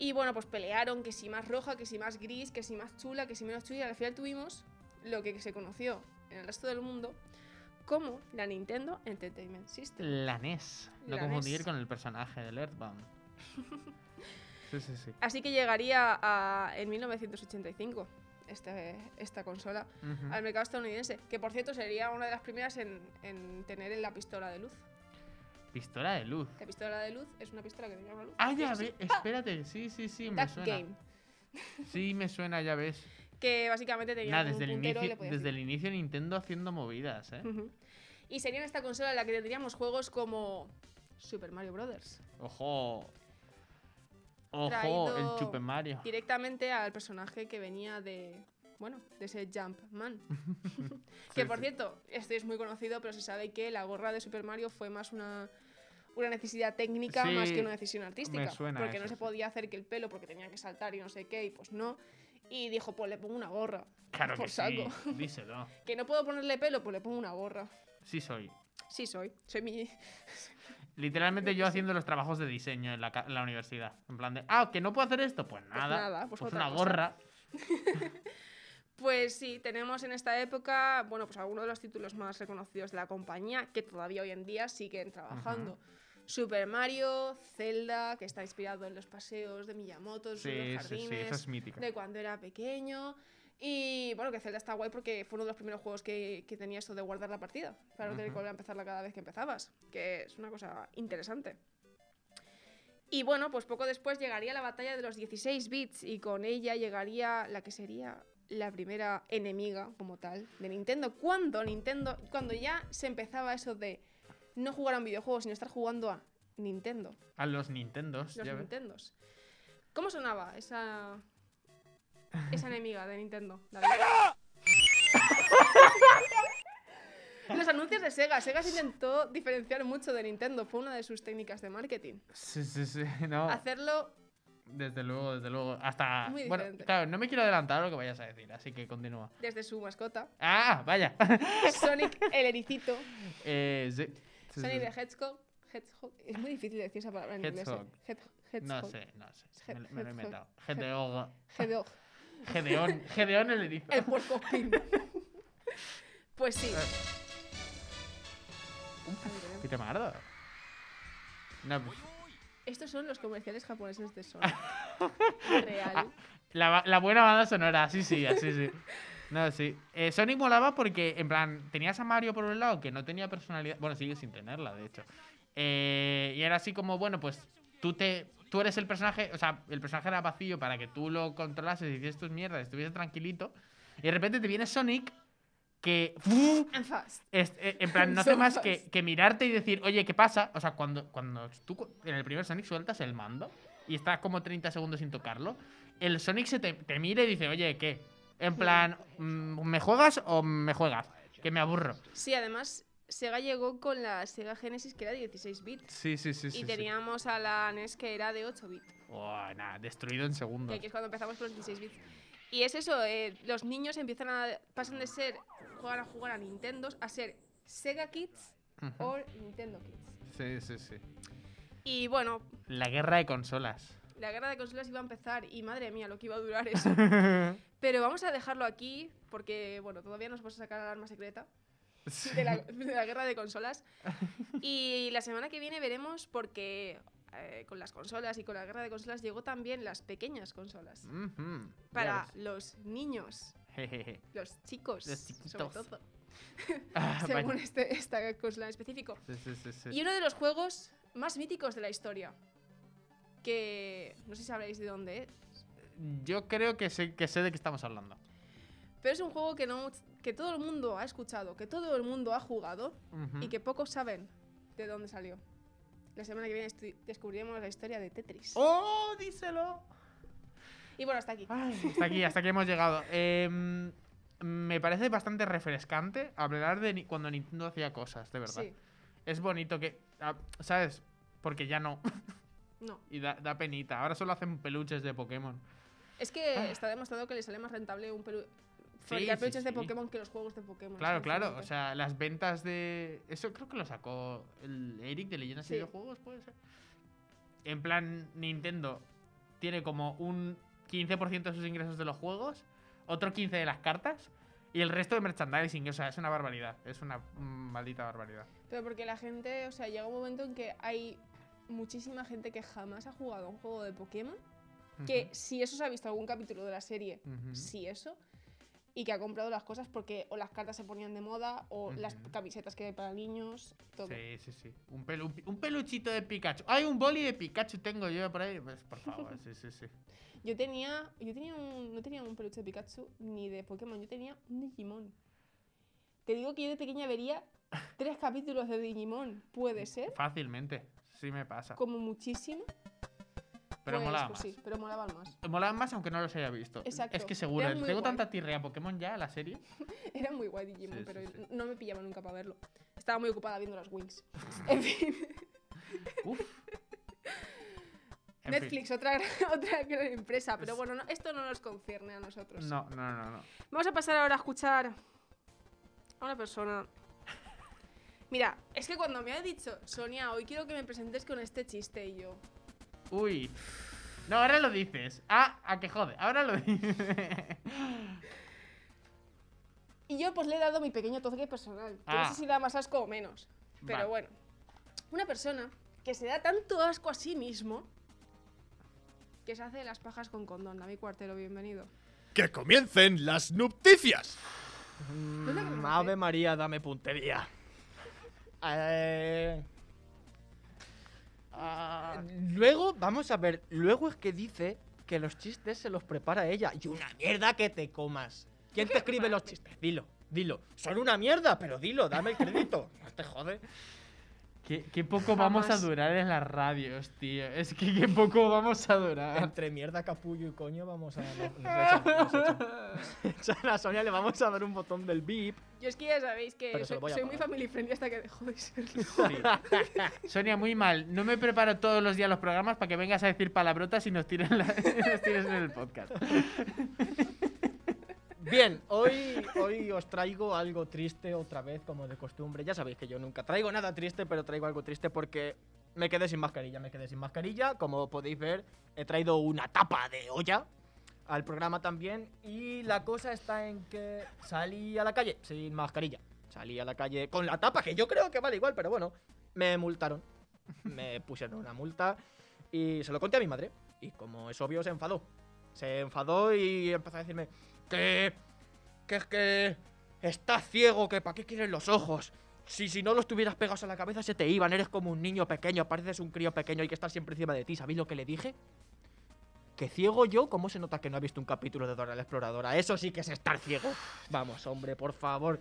Speaker 2: y bueno, pues pelearon que si más roja, que si más gris, que si más chula, que si menos chula. Y al final tuvimos lo que se conoció en el resto del mundo como la Nintendo Entertainment System.
Speaker 3: La NES. No
Speaker 2: La E
Speaker 3: confundir
Speaker 2: NES.
Speaker 3: con el personaje del Earthbound. Sí, sí, sí.
Speaker 2: Así que llegaría a- en 1985 este- esta consola
Speaker 3: Ujú.
Speaker 2: al mercado estadounidense, que por cierto sería una de las primeras en, en tener en la pistola de luz.
Speaker 3: Pistola de luz.
Speaker 2: La pistola de luz es una pistola que tenía una luz.
Speaker 3: Ah, ya
Speaker 2: Eso sí,
Speaker 3: ve, espérate, sí, sí, sí, me
Speaker 2: Duck
Speaker 3: suena.
Speaker 2: Game,
Speaker 3: Sí, me suena, ya ves.
Speaker 2: que básicamente tenía
Speaker 3: Nada,
Speaker 2: como
Speaker 3: desde, el
Speaker 2: un puntero y le
Speaker 3: inicio,
Speaker 2: podías
Speaker 3: desde
Speaker 2: ir.
Speaker 3: el inicio Nintendo haciendo movidas, ¿eh?
Speaker 2: Ujú. Y sería en esta consola en la que tendríamos juegos como Super Mario Brothers,
Speaker 3: Ojo. Ojo,
Speaker 2: Traído
Speaker 3: el Chupe Mario.
Speaker 2: directamente al personaje que venía de, bueno, de ese Jumpman. que
Speaker 3: Sí,
Speaker 2: por
Speaker 3: sí.
Speaker 2: cierto, este es muy conocido, pero se sabe que la gorra de Super Mario fue más una, una necesidad técnica
Speaker 3: Sí,
Speaker 2: más que una decisión artística.
Speaker 3: me suena
Speaker 2: porque
Speaker 3: eso,
Speaker 2: no se
Speaker 3: sí.
Speaker 2: podía hacer que el pelo, porque tenía que saltar y no sé qué, y pues no. Y dijo, pues le pongo una gorra.
Speaker 3: Claro
Speaker 2: por
Speaker 3: que sí,
Speaker 2: saco.
Speaker 3: díselo.
Speaker 2: Que no puedo ponerle pelo, pues le pongo una gorra.
Speaker 3: Sí soy.
Speaker 2: Sí soy, soy mi... Eh,
Speaker 3: Literalmente yo haciendo los trabajos de diseño en la, ca- en la universidad. En plan de, ah, que no puedo hacer esto. Pues nada.
Speaker 2: nada, pues otra
Speaker 3: una
Speaker 2: cosa.
Speaker 3: gorra.
Speaker 2: Pues sí, tenemos en esta época, bueno, pues algunos de los títulos más reconocidos de la compañía que todavía hoy en día siguen trabajando. Super Mario, Zelda, que está inspirado en los paseos de Miyamoto, en sus
Speaker 3: Sí,
Speaker 2: los
Speaker 3: sí,
Speaker 2: jardines,
Speaker 3: sí, eso es mítico.
Speaker 2: de cuando era pequeño. Y bueno, que Zelda está guay porque fue uno de los primeros juegos que, que tenía esto de guardar la partida, para no tener que
Speaker 3: Ujú.
Speaker 2: volver a empezarla cada vez que empezabas, que es una cosa interesante. Y bueno, pues poco después llegaría la batalla de los 16 bits y con ella llegaría la que sería la primera enemiga como tal de Nintendo. Cuando Nintendo, cuando ya se empezaba eso de no jugar a un videojuego, sino estar jugando a Nintendo,
Speaker 3: A los Nintendos.
Speaker 2: los
Speaker 3: ya ves.
Speaker 2: Nintendos. ¿Cómo sonaba esa esa enemiga de Nintendo? David? Los anuncios de Sega. Sega se intentó diferenciar mucho de Nintendo. Fue una de sus técnicas de marketing.
Speaker 3: Sí, sí, sí. No,
Speaker 2: Hacerlo
Speaker 3: desde luego, desde luego. Hasta.
Speaker 2: Muy
Speaker 3: bueno,
Speaker 2: diferente.
Speaker 3: claro, no me quiero adelantar a lo que vayas a decir, así que continúa.
Speaker 2: desde su mascota.
Speaker 3: ¡Ah! Vaya.
Speaker 2: Sonic el ericito,
Speaker 3: eh, sí. Sí, sí,
Speaker 2: Sonic
Speaker 3: sí.
Speaker 2: the Hedgehog, Hedgehog. Es muy difícil decir esa palabra en inglés.
Speaker 3: Hedgehog.
Speaker 2: eh. Hedg- Hedgehog.
Speaker 3: No sé, no sé.
Speaker 2: Head-
Speaker 3: Me, lo- me lo he
Speaker 2: head-
Speaker 3: inventado.
Speaker 2: head-
Speaker 3: Gedeón.
Speaker 2: Hedgehog.
Speaker 3: Gedeón. Gedeón el erizo.
Speaker 2: El puerco espín. pues sí.
Speaker 3: ¿Qué te mardo? No, pues,
Speaker 2: Estos son los comerciales japoneses de Sonic. Real.
Speaker 3: la, ba- la buena banda sonora, sí, sí, así, sí. No, sí. Eh, Sonic molaba porque, en plan, tenías a Mario por un lado que no tenía personalidad. Bueno, sigue sin tenerla, de hecho. Eh, y era así como, bueno, pues tú te. Tú eres el personaje, o sea, el personaje era vacío para que tú lo controlases y hicieras tus mierdas, estuvieses tranquilito. Y de repente te viene Sonic que. ¡Fu!
Speaker 2: And fast.
Speaker 3: Es- eh, en plan, no
Speaker 2: Son
Speaker 3: hace más que,
Speaker 2: fans.
Speaker 3: que mirarte y decir, oye, ¿qué pasa? O sea, cuando, cuando tú cu- en el primer Sonic sueltas el mando y estás como 30 segundos sin tocarlo, el Sonic se te, te mira y dice, oye, ¿qué? En plan, mm, ¿me juegas o me juegas? Que me aburro.
Speaker 2: Sí, además, Sega llegó con la Sega Genesis que era de 16 bits.
Speaker 3: Sí, sí, sí.
Speaker 2: y teníamos a la NES que era de 8 bits.
Speaker 3: nada, destruido en
Speaker 2: Y
Speaker 3: segundos.
Speaker 2: aquí es cuando empezamos con los 16 bits. Y es eso, eh, los niños empiezan a. pasan de ser. jugar a jugar a Nintendo a ser Sega Kids
Speaker 3: Ujú.
Speaker 2: o Nintendo Kids.
Speaker 3: Sí, sí, sí.
Speaker 2: Y bueno,
Speaker 3: La guerra de consolas.
Speaker 2: la guerra de consolas iba a empezar y madre mía lo que iba a durar eso. Pero vamos a dejarlo aquí porque, bueno, todavía nos vamos a sacar al arma secreta de la, de la guerra de consolas. Y la semana que viene veremos porque eh, con las consolas y con la guerra de consolas llegó también las pequeñas consolas.
Speaker 3: Ujú, ya
Speaker 2: Para
Speaker 3: ves.
Speaker 2: los niños,
Speaker 3: Jejeje.
Speaker 2: los chicos,
Speaker 3: Los
Speaker 2: sobre
Speaker 3: chiquitos.
Speaker 2: todo,
Speaker 3: Ah,
Speaker 2: según
Speaker 3: vaya.
Speaker 2: este, esta consola en específico.
Speaker 3: Sí, sí, sí, sí.
Speaker 2: Y uno de los juegos más míticos de la historia, que no sé si sabréis de dónde es,
Speaker 3: Yo creo que sé, que sé de qué estamos hablando.
Speaker 2: pero es un juego que, no, que todo el mundo ha escuchado, que todo el mundo ha jugado
Speaker 3: Ujú.
Speaker 2: y que pocos saben de dónde salió. La semana que viene estu- descubriremos la historia de Tetris.
Speaker 3: ¡Oh, díselo! Ah,
Speaker 2: Y bueno, hasta aquí.
Speaker 3: Hasta aquí, hasta aquí hemos llegado. Em, me parece bastante refrescante hablar de ni- cuando Nintendo hacía cosas, de verdad.
Speaker 2: Sí,
Speaker 3: Es bonito que, ah, ¿sabes? Porque ya no.
Speaker 2: no.
Speaker 3: Y da, da penita. Ahora solo hacen peluches de Pokémon.
Speaker 2: Es que está demostrado que le sale más rentable un pelu fabricar
Speaker 3: Ah. sí,
Speaker 2: peluches de
Speaker 3: sí.
Speaker 2: Pokémon que los juegos de Pokémon.
Speaker 3: Claro,
Speaker 2: es
Speaker 3: claro. O
Speaker 2: alucinante.
Speaker 3: sea, las ventas de... Eso creo que lo sacó el Eric de Leyendas
Speaker 2: Sí.
Speaker 3: y Videojuegos, puede ser. En plan, Nintendo tiene como un 15% de sus ingresos de los juegos, otro 15% de las cartas Y el resto de merchandising, o sea, es una barbaridad. Es una mm, maldita barbaridad.
Speaker 2: Pero porque la gente, o sea, llega un momento en que hay muchísima gente que jamás ha jugado a un juego de Pokémon, que si eso se ha visto algún capítulo de la serie,
Speaker 3: Ujú.
Speaker 2: sí eso, y que ha comprado las cosas porque o las cartas se ponían de moda, o las
Speaker 3: Ujú.
Speaker 2: camisetas que hay para niños, todo.
Speaker 3: Sí, sí, sí. Un, pelu- un pi- un peluchito de Pikachu. Hay un boli de Pikachu tengo yo por ahí. Pues, por favor, sí, sí, sí.
Speaker 2: Yo tenía, yo tenía un, no tenía un peluche de Pikachu ni de Pokémon, yo tenía un Digimon. Te digo que yo de pequeña vería tres capítulos de Digimon, puede ser,
Speaker 3: Fácilmente. Sí me pasa.
Speaker 2: como muchísimo.
Speaker 3: Pero
Speaker 2: pues,
Speaker 3: molaba
Speaker 2: pues
Speaker 3: más.
Speaker 2: sí, pero molaban más.
Speaker 3: Molaban más aunque no los haya visto.
Speaker 2: Exacto.
Speaker 3: Es que seguro. eh,
Speaker 2: Eran
Speaker 3: Tengo
Speaker 2: muy guay.
Speaker 3: tanta tirrea a Pokémon ya, la serie.
Speaker 2: Era muy guay Digimon,
Speaker 3: Sí, sí,
Speaker 2: pero
Speaker 3: sí.
Speaker 2: no me pillaba nunca para verlo. Estaba muy ocupada viendo las Wings. En fin,
Speaker 3: Uf. En fin.
Speaker 2: Netflix, otra, gran- otra gran empresa. Pero bueno, no- esto no nos concierne a nosotros.
Speaker 3: No, no, no, no.
Speaker 2: Vamos a pasar ahora a escuchar a una persona. Mira, es que cuando me ha dicho, Sonia, hoy quiero que me presentes con este chiste y yo.
Speaker 3: Uy. No, ahora lo dices. Ah, a que jode. Ahora lo dices.
Speaker 2: Y yo pues le he dado mi pequeño toque personal. que
Speaker 3: Ah.
Speaker 2: No sé si da más asco o menos. Pero
Speaker 3: Vale.
Speaker 2: bueno, una persona que se da tanto asco a sí mismo que se hace las pajas con condón. David Cuartero, bienvenido.
Speaker 8: ¡Que comiencen las nupticias!
Speaker 2: ¿No es la que me
Speaker 5: Mm, Ave
Speaker 2: hace?
Speaker 5: María, dame puntería. Eh,
Speaker 3: Ah,
Speaker 5: luego, vamos a ver, luego es que dice que los chistes se los prepara ella. Y una mierda que te comas. ¿Quién te escribe los chistes? Dilo, dilo. Son una mierda, pero dilo, dame el crédito. No te jode.
Speaker 3: qué, qué poco vamos a
Speaker 2: Jamás.
Speaker 3: durar en las radios, tío. Es que qué poco vamos a durar.
Speaker 5: Ah. Entre mierda, capullo y coño vamos a... Nos, nos echan, nos echan. A Sonia le vamos a dar un botón del beep.
Speaker 2: Yo es que ya sabéis que
Speaker 5: Pero se
Speaker 2: soy,
Speaker 5: lo voy a
Speaker 2: soy muy
Speaker 5: pagar.
Speaker 2: family friendly hasta que dejo de serlo.
Speaker 3: Sí. Sonia, muy mal. No me preparo todos los días los programas para que vengas a decir palabrotas y nos tires, la- nos tires en el podcast.
Speaker 5: Bien, hoy, hoy os traigo algo triste otra vez, como de costumbre. Ya sabéis que yo nunca traigo nada triste, pero traigo algo triste porque me quedé sin mascarilla, me quedé sin mascarilla. Como podéis ver, he traído una tapa de olla al programa también. Y la cosa está en que salí a la calle sin mascarilla. Salí a la calle con la tapa, que yo creo que vale igual, pero bueno, me multaron. Me pusieron una multa y se lo conté a mi madre. Y como es obvio, se enfadó. Se enfadó y empezó a decirme que que es que estás ciego, que para qué quieres los ojos. Si, si no los tuvieras pegados a la cabeza se te iban, eres como un niño pequeño, pareces un crío pequeño, hay que estar siempre encima de ti. ¿Sabéis lo que le dije? Que ciego yo, ¿cómo se nota que no ha visto un capítulo de Dora la Exploradora? Eso sí que es estar ciego. Vamos, hombre, por favor.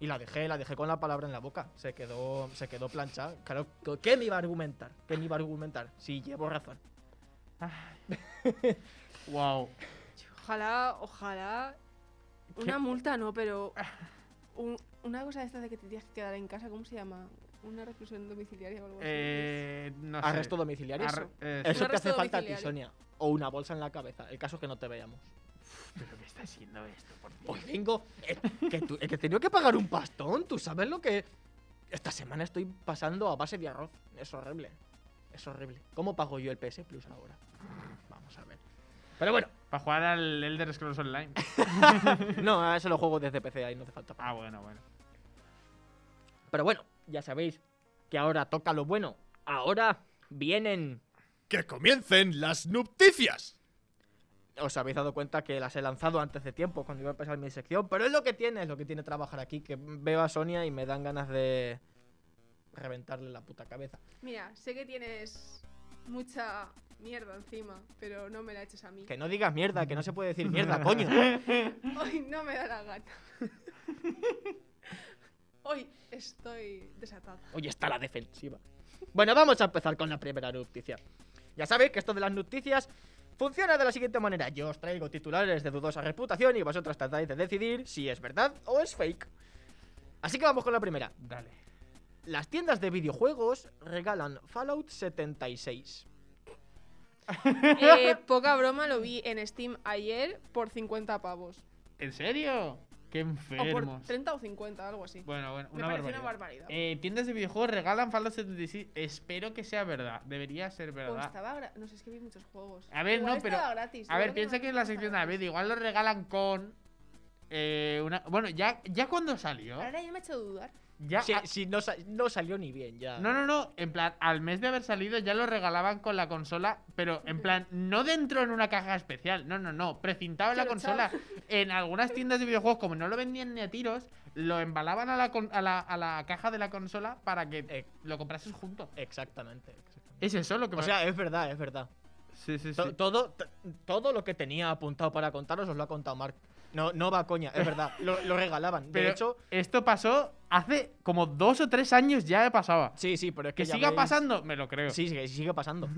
Speaker 5: Y la dejé, la dejé con la palabra en la boca. Se quedó, se quedó plancha. Claro, ¿qué me iba a argumentar? ¿Qué me iba a argumentar? Sí, llevo razón.
Speaker 3: Wow.
Speaker 2: Ojalá, ojalá. Una multa no, pero. un- una cosa de estas de que te tienes que quedar en casa, ¿cómo se llama? Una reclusión domiciliaria o algo así.
Speaker 3: Eh, no sé.
Speaker 5: Arresto domiciliario.
Speaker 3: Arre-
Speaker 5: eso.
Speaker 3: eh, sí.
Speaker 5: Eso te
Speaker 2: arresto
Speaker 5: hace falta a ti,
Speaker 2: domiciliario.
Speaker 5: Sonia. O una bolsa en la cabeza. El caso es que no te veamos.
Speaker 4: ¿Pero qué está haciendo esto? Por Dios.
Speaker 5: Pues vengo. Es que, tú- es que he tenido que pagar un pastón. ¿Tú sabes lo que.? Esta semana estoy pasando a base de arroz. Es horrible. Es horrible. ¿Cómo pago yo el PS Plus ahora? Vamos a ver. Pero bueno,
Speaker 3: Para jugar al Elder Scrolls Online.
Speaker 5: no, a eso lo juego desde PC, ahí no hace falta.
Speaker 3: Ah, bueno, bueno.
Speaker 5: Pero bueno, ya sabéis que ahora toca lo bueno. Ahora vienen.
Speaker 8: ¡Que comiencen las nupticias!
Speaker 5: Os habéis dado cuenta que las he lanzado antes de tiempo, cuando iba a empezar mi sección. Pero es lo que tiene, es lo que tiene trabajar aquí. Que veo a Sonia y me dan ganas de. reventarle la puta cabeza.
Speaker 2: Mira, sé que tienes mucha mierda encima, pero no me la eches a mí.
Speaker 5: Que no digas mierda, que no se puede decir mierda, coño.
Speaker 2: Hoy no me da la gana. Hoy estoy desatada.
Speaker 5: Hoy está la defensiva. Bueno, vamos a empezar con la primera noticia. Ya sabéis que esto de las noticias funciona de la siguiente manera. Yo os traigo titulares de dudosa reputación y vosotros tratáis de decidir si es verdad o es fake. Así que vamos con la primera.
Speaker 3: Dale.
Speaker 5: Las tiendas de videojuegos regalan Fallout 76.
Speaker 2: Eh, poca broma, lo vi en Steam ayer por 50 pavos.
Speaker 3: ¿En serio? Qué
Speaker 2: O por
Speaker 3: enfermos.
Speaker 2: 30 o 50, algo así.
Speaker 3: Bueno, bueno,
Speaker 2: me
Speaker 3: una
Speaker 2: pareció
Speaker 3: barbaridad.
Speaker 2: una barbaridad.
Speaker 3: Eh, tiendas de videojuegos regalan Fallout 76. Espero que sea verdad. Debería ser
Speaker 2: O
Speaker 3: verdad.
Speaker 2: Pues estaba gra- No sé, es que vi muchos juegos.
Speaker 3: A ver,
Speaker 2: Igual
Speaker 3: no, pero-
Speaker 2: estaba gratis.
Speaker 3: A ver,
Speaker 2: igual
Speaker 3: piensa
Speaker 2: no-
Speaker 3: que en
Speaker 2: no
Speaker 3: la
Speaker 2: estaba
Speaker 3: sección de David
Speaker 2: gratis.
Speaker 3: igual lo regalan con. eh, una- bueno, ya, ya cuando salió.
Speaker 2: Ahora ya me ha hecho dudar.
Speaker 3: Ya,
Speaker 5: Sí,
Speaker 3: a-
Speaker 5: sí, no, sa- no salió ni bien ya.
Speaker 3: Ah, No, no, no. En plan, al mes de haber salido ya lo regalaban con la consola, pero en plan, no dentro en una caja especial. No, no, no. Precintado en la
Speaker 2: Claro, chao.
Speaker 3: consola. En algunas tiendas de videojuegos, como no lo vendían ni a tiros, lo embalaban a la, con- a la, a la caja de la consola para que
Speaker 5: Eh.
Speaker 3: lo comprases junto.
Speaker 5: Exactamente. exactamente.
Speaker 3: Es eso lo que
Speaker 5: O
Speaker 3: me-
Speaker 5: sea, es verdad, es verdad.
Speaker 3: sí, sí, sí.
Speaker 5: To- Todo, t- todo lo que tenía apuntado para contaros os lo ha contado Mark. No, no va coña, es verdad. Lo, lo regalaban.
Speaker 3: Pero
Speaker 5: de hecho,
Speaker 3: esto pasó hace como dos o tres años ya pasaba.
Speaker 5: sí, sí, pero es que.
Speaker 3: Que
Speaker 5: ya
Speaker 3: siga
Speaker 5: veis-
Speaker 3: pasando, me lo creo.
Speaker 5: Sí, sí, sigue pasando.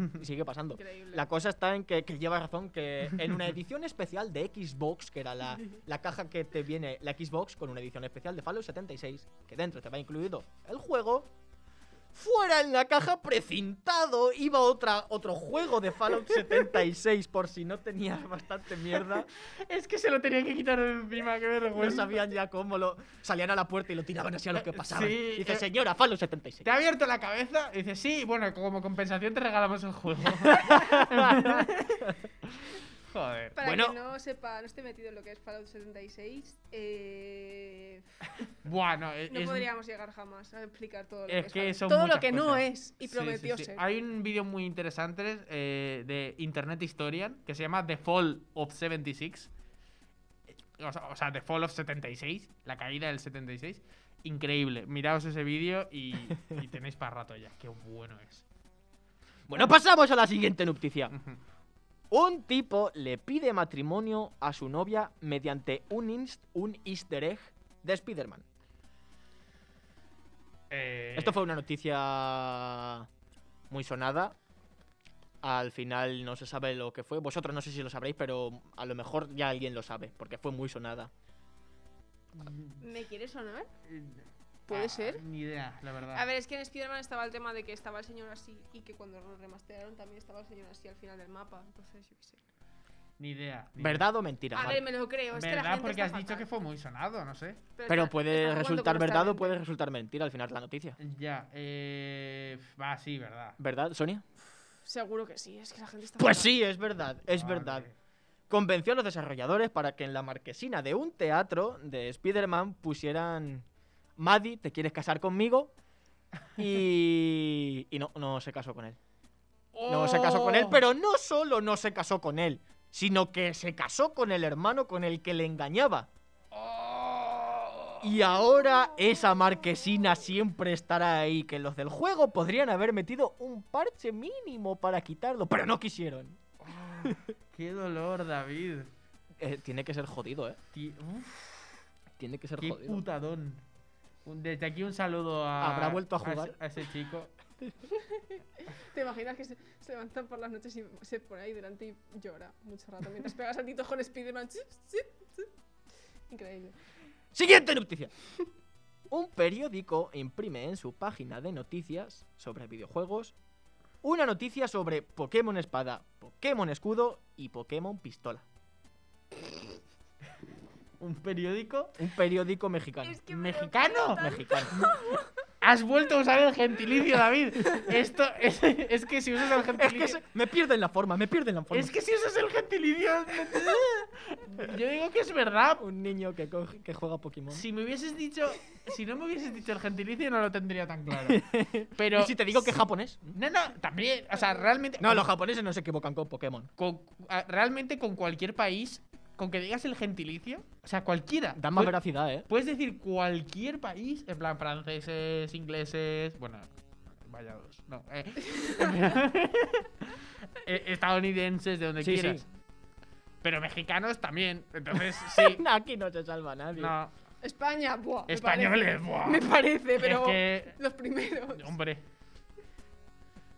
Speaker 5: Sigue pasando.
Speaker 2: Increíble.
Speaker 5: La cosa está en que, que lleva razón que en una edición especial de Xbox, que era la, la caja que te viene la Xbox con una edición especial de Fallout 76, que dentro te va incluido el juego, fuera en la caja precintado iba otra, otro juego de Fallout 76 por si no tenías bastante mierda.
Speaker 3: Es que se lo tenía que quitar de encima, qué
Speaker 5: No
Speaker 3: vergüenza.
Speaker 5: Pues sabían ya cómo lo salían a la puerta y lo tiraban así a los que pasaban.
Speaker 3: Sí,
Speaker 5: Dice,
Speaker 3: eh.
Speaker 5: señora, Fallout 76.
Speaker 3: ¿Te ha abierto la cabeza? Y dice, sí, bueno, como compensación te regalamos el juego. Joder.
Speaker 2: Para
Speaker 5: Bueno.
Speaker 2: que no sepa, no esté metido en lo que es Fallout 76, eh,
Speaker 3: Bueno, es,
Speaker 2: no podríamos llegar jamás a explicar todo lo
Speaker 3: es
Speaker 2: que es
Speaker 3: que
Speaker 2: Fallout.
Speaker 3: son
Speaker 2: Todo
Speaker 3: muchas
Speaker 2: lo que no
Speaker 3: cosas.
Speaker 2: es y
Speaker 3: Sí, sí,
Speaker 2: prometió
Speaker 3: sí.
Speaker 2: ser.
Speaker 3: Hay un vídeo muy interesante eh, de Internet Historian que se llama The Fall of 76. O sea, o sea, The Fall of 76, la caída del 76. Increíble. Miraos ese vídeo y, y tenéis para rato ya. Qué bueno es.
Speaker 5: Bueno, pues. pasamos a la siguiente noticia. Un tipo le pide matrimonio a su novia mediante un, inst- un easter egg de Spider-Man.
Speaker 3: Eh,
Speaker 5: Esto fue una noticia muy sonada. Al final no se sabe lo que fue. Vosotros no sé si lo sabréis, pero a lo mejor ya alguien lo sabe, porque fue muy sonada.
Speaker 3: mm,
Speaker 2: ¿Me quieres sonar?
Speaker 3: eh,
Speaker 2: ¿Puede
Speaker 3: ah,
Speaker 2: ser?
Speaker 3: Ni idea, la verdad.
Speaker 2: A ver, es que en Spider-Man estaba el tema de que estaba el señor así y que cuando lo remasteraron también estaba el señor así al final del mapa. Entonces, yo qué sé.
Speaker 3: Ni idea. ni idea.
Speaker 5: ¿Verdad o mentira?
Speaker 2: A
Speaker 5: Mar?
Speaker 2: ver, me lo creo. Es que la
Speaker 3: ¿Verdad?
Speaker 2: gente
Speaker 3: Porque
Speaker 2: está
Speaker 3: has dicho
Speaker 2: fatal.
Speaker 3: que fue muy sonado, no sé.
Speaker 5: pero
Speaker 2: está-
Speaker 5: puede
Speaker 2: está jugando con
Speaker 5: resultar
Speaker 2: nuestra
Speaker 5: verdad o
Speaker 2: mente.
Speaker 5: puede resultar mentira al final la noticia.
Speaker 3: Ya, eh. Va, sí, verdad.
Speaker 5: ¿Verdad, Sonia?
Speaker 2: Seguro que sí, es que la gente está
Speaker 5: Pues
Speaker 2: fatal.
Speaker 5: sí, es verdad, es
Speaker 3: Vale.
Speaker 5: verdad. convenció a los desarrolladores para que en la marquesina de un teatro de Spider-Man pusieran Maddie, ¿te quieres casar conmigo? Y, y no, no se casó con él. No se casó con él,
Speaker 3: ¡Oh!
Speaker 5: pero no solo no se casó con él, sino que se casó con el hermano con el que le engañaba.
Speaker 2: Oh.
Speaker 5: Y ahora esa marquesina siempre estará ahí, que los del juego podrían haber metido un parche mínimo para quitarlo, pero no quisieron.
Speaker 3: ¡Qué dolor, David!
Speaker 5: Eh, tiene que ser jodido, ¿eh?
Speaker 3: Ti- uf,
Speaker 5: Tiene que ser
Speaker 3: ¡Qué
Speaker 5: jodido.
Speaker 3: putadón! Un- Desde aquí un saludo a.
Speaker 5: ¿Habrá vuelto a
Speaker 3: ese-
Speaker 5: jugar?
Speaker 3: A ese, chico.
Speaker 2: ¿Te imaginas que se, se levantan por las noches y se pone ahí delante y llora mucho rato mientras pega saltitos con Spider-Man? Chip, chip, chip. Increíble.
Speaker 5: Siguiente noticia. Un periódico imprime en su página de noticias sobre videojuegos una noticia sobre Pokémon Espada, Pokémon Escudo y Pokémon Pistola.
Speaker 3: ¿Un periódico?
Speaker 5: Un periódico mexicano.
Speaker 2: Es que me lo
Speaker 3: ¿Mexicano?
Speaker 5: Mexicano.
Speaker 3: Has vuelto a usar el gentilicio, David. Esto es, es que si usas el
Speaker 5: Es
Speaker 3: gentilicio.
Speaker 5: que se- me pierden la forma, me pierden la forma.
Speaker 3: Es que si usas el gentilicio. Yo digo que es verdad.
Speaker 5: un niño que, coge- que juega a Pokémon.
Speaker 3: Si me hubieses dicho. Si no me hubieses dicho el gentilicio, no lo tendría tan claro. Pero.
Speaker 5: y si te digo que es japonés.
Speaker 3: No, no, también. O sea, realmente.
Speaker 5: No, los japoneses no se equivocan con Pokémon.
Speaker 3: con- a- Realmente con cualquier país. Con que digas el gentilicio. O sea, cualquiera.
Speaker 5: Dan más
Speaker 3: Pu-
Speaker 5: veracidad, ¿eh?
Speaker 3: Puedes decir cualquier país. En plan, franceses, ingleses. Bueno. Vaya dos. No. eh. Eh, estadounidenses, de donde
Speaker 5: Sí, sí.
Speaker 3: quieras. Pero mexicanos también. Entonces, sí.
Speaker 5: Aquí no se salva nadie.
Speaker 3: no.
Speaker 2: España, buah. me
Speaker 3: Españoles, buah.
Speaker 2: parece- Me parece, pero
Speaker 3: Es que-
Speaker 2: los primeros.
Speaker 3: Hombre.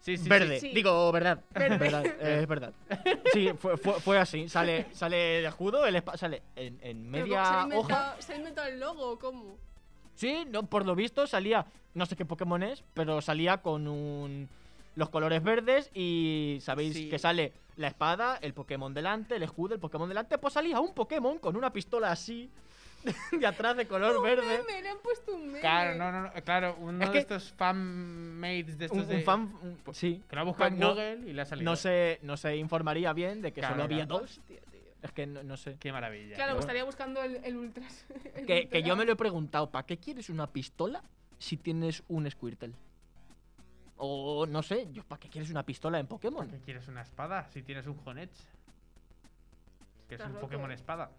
Speaker 3: Sí, sí,
Speaker 5: Verde,
Speaker 2: sí.
Speaker 5: digo verdad.
Speaker 2: Verde.
Speaker 5: Verdad, eh, es verdad. Sí, fue, fue, fue así. Sale, sale el escudo, el espa- sale en, en
Speaker 2: Pero ¿cómo se ha
Speaker 5: media hoja.
Speaker 2: inventado- Se ha inventado el logo, o ¿cómo?
Speaker 5: Sí, no, por lo visto salía, no sé qué Pokémon es, pero salía con un, los colores verdes y sabéis
Speaker 3: Sí.
Speaker 5: que sale la espada, el Pokémon delante, el escudo, el Pokémon delante. Pues salía un Pokémon con una pistola así de atrás de color verde.
Speaker 2: Meme, le han puesto un meme.
Speaker 3: Claro, no, no, no, claro, uno
Speaker 5: Es
Speaker 3: de
Speaker 5: que-
Speaker 3: estos fanmates de estos
Speaker 5: Un, un
Speaker 3: de-
Speaker 5: fan, un- sí.
Speaker 3: que lo ha buscado en
Speaker 5: No-
Speaker 3: Google y le ha salido.
Speaker 5: No se, no se informaría bien de que
Speaker 3: Claro,
Speaker 5: solo había
Speaker 3: claro.
Speaker 5: dos.
Speaker 2: Hostia, tío.
Speaker 5: Es que no, no sé.
Speaker 3: Qué maravilla.
Speaker 2: Claro, pues estaría buscando el, el ultras. el
Speaker 5: Que, que yo
Speaker 2: ultra.
Speaker 5: me lo he preguntado, ¿para qué quieres una pistola si tienes un Squirtle? O no sé, yo ¿para qué quieres una pistola en
Speaker 3: ¿Por qué
Speaker 5: Pokémon?
Speaker 3: quieres una espada si tienes un Honech? Que es
Speaker 2: Estás
Speaker 3: un
Speaker 2: loco.
Speaker 3: Pokémon espada.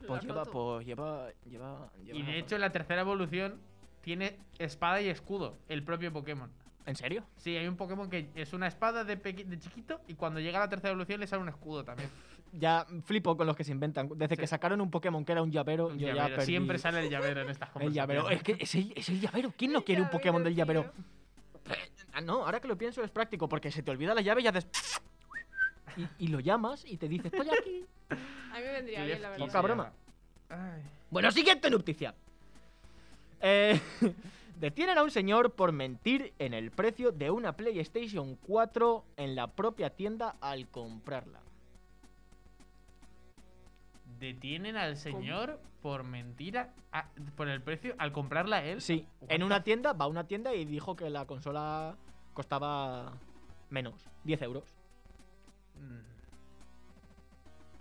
Speaker 2: Lo
Speaker 5: Pues
Speaker 2: has
Speaker 5: lleva,
Speaker 2: roto.
Speaker 5: pues lleva, lleva, lleva
Speaker 3: Y
Speaker 5: razón.
Speaker 3: de hecho, en la tercera evolución tiene espada y escudo, el propio Pokémon.
Speaker 5: ¿En serio?
Speaker 3: Sí, hay un Pokémon que es una espada de, peque- de chiquito y cuando llega a la tercera evolución le sale un escudo también.
Speaker 5: Ya flipo con los que se inventan. Desde
Speaker 3: Sí.
Speaker 5: que sacaron un Pokémon que era un llavero,
Speaker 3: Un
Speaker 5: yo ya
Speaker 3: llavero.
Speaker 5: perdí
Speaker 3: Siempre sale el llavero en estas
Speaker 5: el
Speaker 3: conversaciones.
Speaker 5: llavero. Es que es el, es el llavero. ¿Quién no
Speaker 2: El
Speaker 5: quiere un Pokémon del
Speaker 2: llavero,
Speaker 5: llavero? Ah, no, ahora que lo pienso es práctico, porque se te olvida la llave y haces... Y, y lo llamas y te dice, estoy aquí.
Speaker 2: A mí me vendría bien, la
Speaker 3: Clefki
Speaker 2: verdad.
Speaker 5: Poca
Speaker 3: se
Speaker 5: broma.
Speaker 3: llama. Ay.
Speaker 5: Bueno, siguiente nupticia. Eh, detienen a un señor por mentir en el precio de una PlayStation 4 en la propia tienda al comprarla.
Speaker 3: Detienen al señor por mentira, a- por el precio, al comprarla él.
Speaker 5: Sí,
Speaker 3: What
Speaker 5: en
Speaker 3: the
Speaker 5: una tienda, va a una tienda y dijo que la consola costaba menos, 10 euros.
Speaker 3: Mm.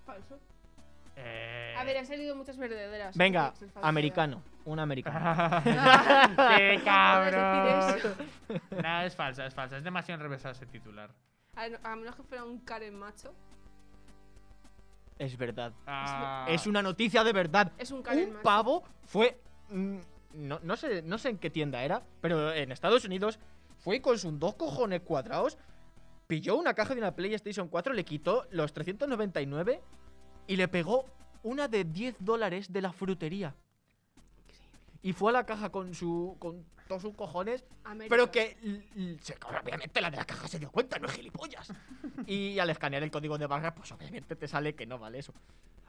Speaker 2: Falso.
Speaker 3: Eh,
Speaker 2: A ver, em- han salido muchas verdaderas.
Speaker 5: Venga,
Speaker 2: Porque es falsedad.
Speaker 5: americano, un americano.
Speaker 3: ¡Qué
Speaker 2: No
Speaker 3: cabrón!
Speaker 2: puedes decir eso.
Speaker 3: Nada, es falsa, es falsa. Es demasiado enrevesado ese titular.
Speaker 2: A, no- a menos que fuera un Karen macho.
Speaker 5: Es verdad.
Speaker 3: Ah,
Speaker 5: Es una noticia de verdad.
Speaker 2: Es un Karen
Speaker 5: Un
Speaker 2: macho.
Speaker 5: pavo fue... mm, No, no sé, no sé en qué tienda era, pero en Estados Unidos fue con sus dos cojones cuadrados, pilló una caja de una PlayStation 4, le quitó los 399 y le pegó una de 10 dólares de la frutería. Y fue a la caja con su con todos sus cojones
Speaker 2: América.
Speaker 5: Pero que l- l- se- obviamente la de la caja se dio cuenta, no es gilipollas. y al escanear el código de barra, pues obviamente te sale que no vale eso.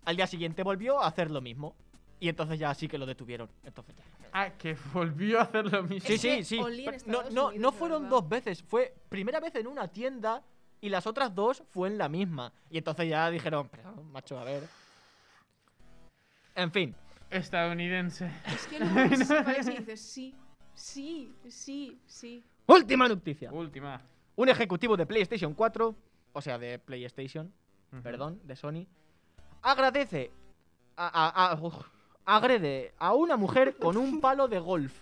Speaker 5: Al día siguiente volvió a hacer lo mismo. Y entonces ya sí que lo detuvieron. Entonces ya.
Speaker 3: ah, que volvió a hacer lo mismo.
Speaker 5: Sí,
Speaker 2: Es
Speaker 5: sí,
Speaker 2: que
Speaker 5: sí.
Speaker 2: olía en
Speaker 5: Pero No,
Speaker 2: Estados
Speaker 5: no,
Speaker 2: Unidos,
Speaker 5: no
Speaker 2: la
Speaker 5: fueron
Speaker 2: verdad.
Speaker 5: dos veces. Fue primera vez en una tienda y las otras dos fue en la misma. Y entonces ya dijeron, pero macho, a ver. En fin.
Speaker 3: Estadounidense.
Speaker 2: Es que luego ves ese país y dices sí, sí, sí, sí.
Speaker 5: Última noticia.
Speaker 3: Última.
Speaker 5: Un ejecutivo de PlayStation 4, o sea, de PlayStation,
Speaker 3: Ujú.
Speaker 5: perdón, de Sony, agradece a, a- a- uf, agrede a una mujer con un palo de golf.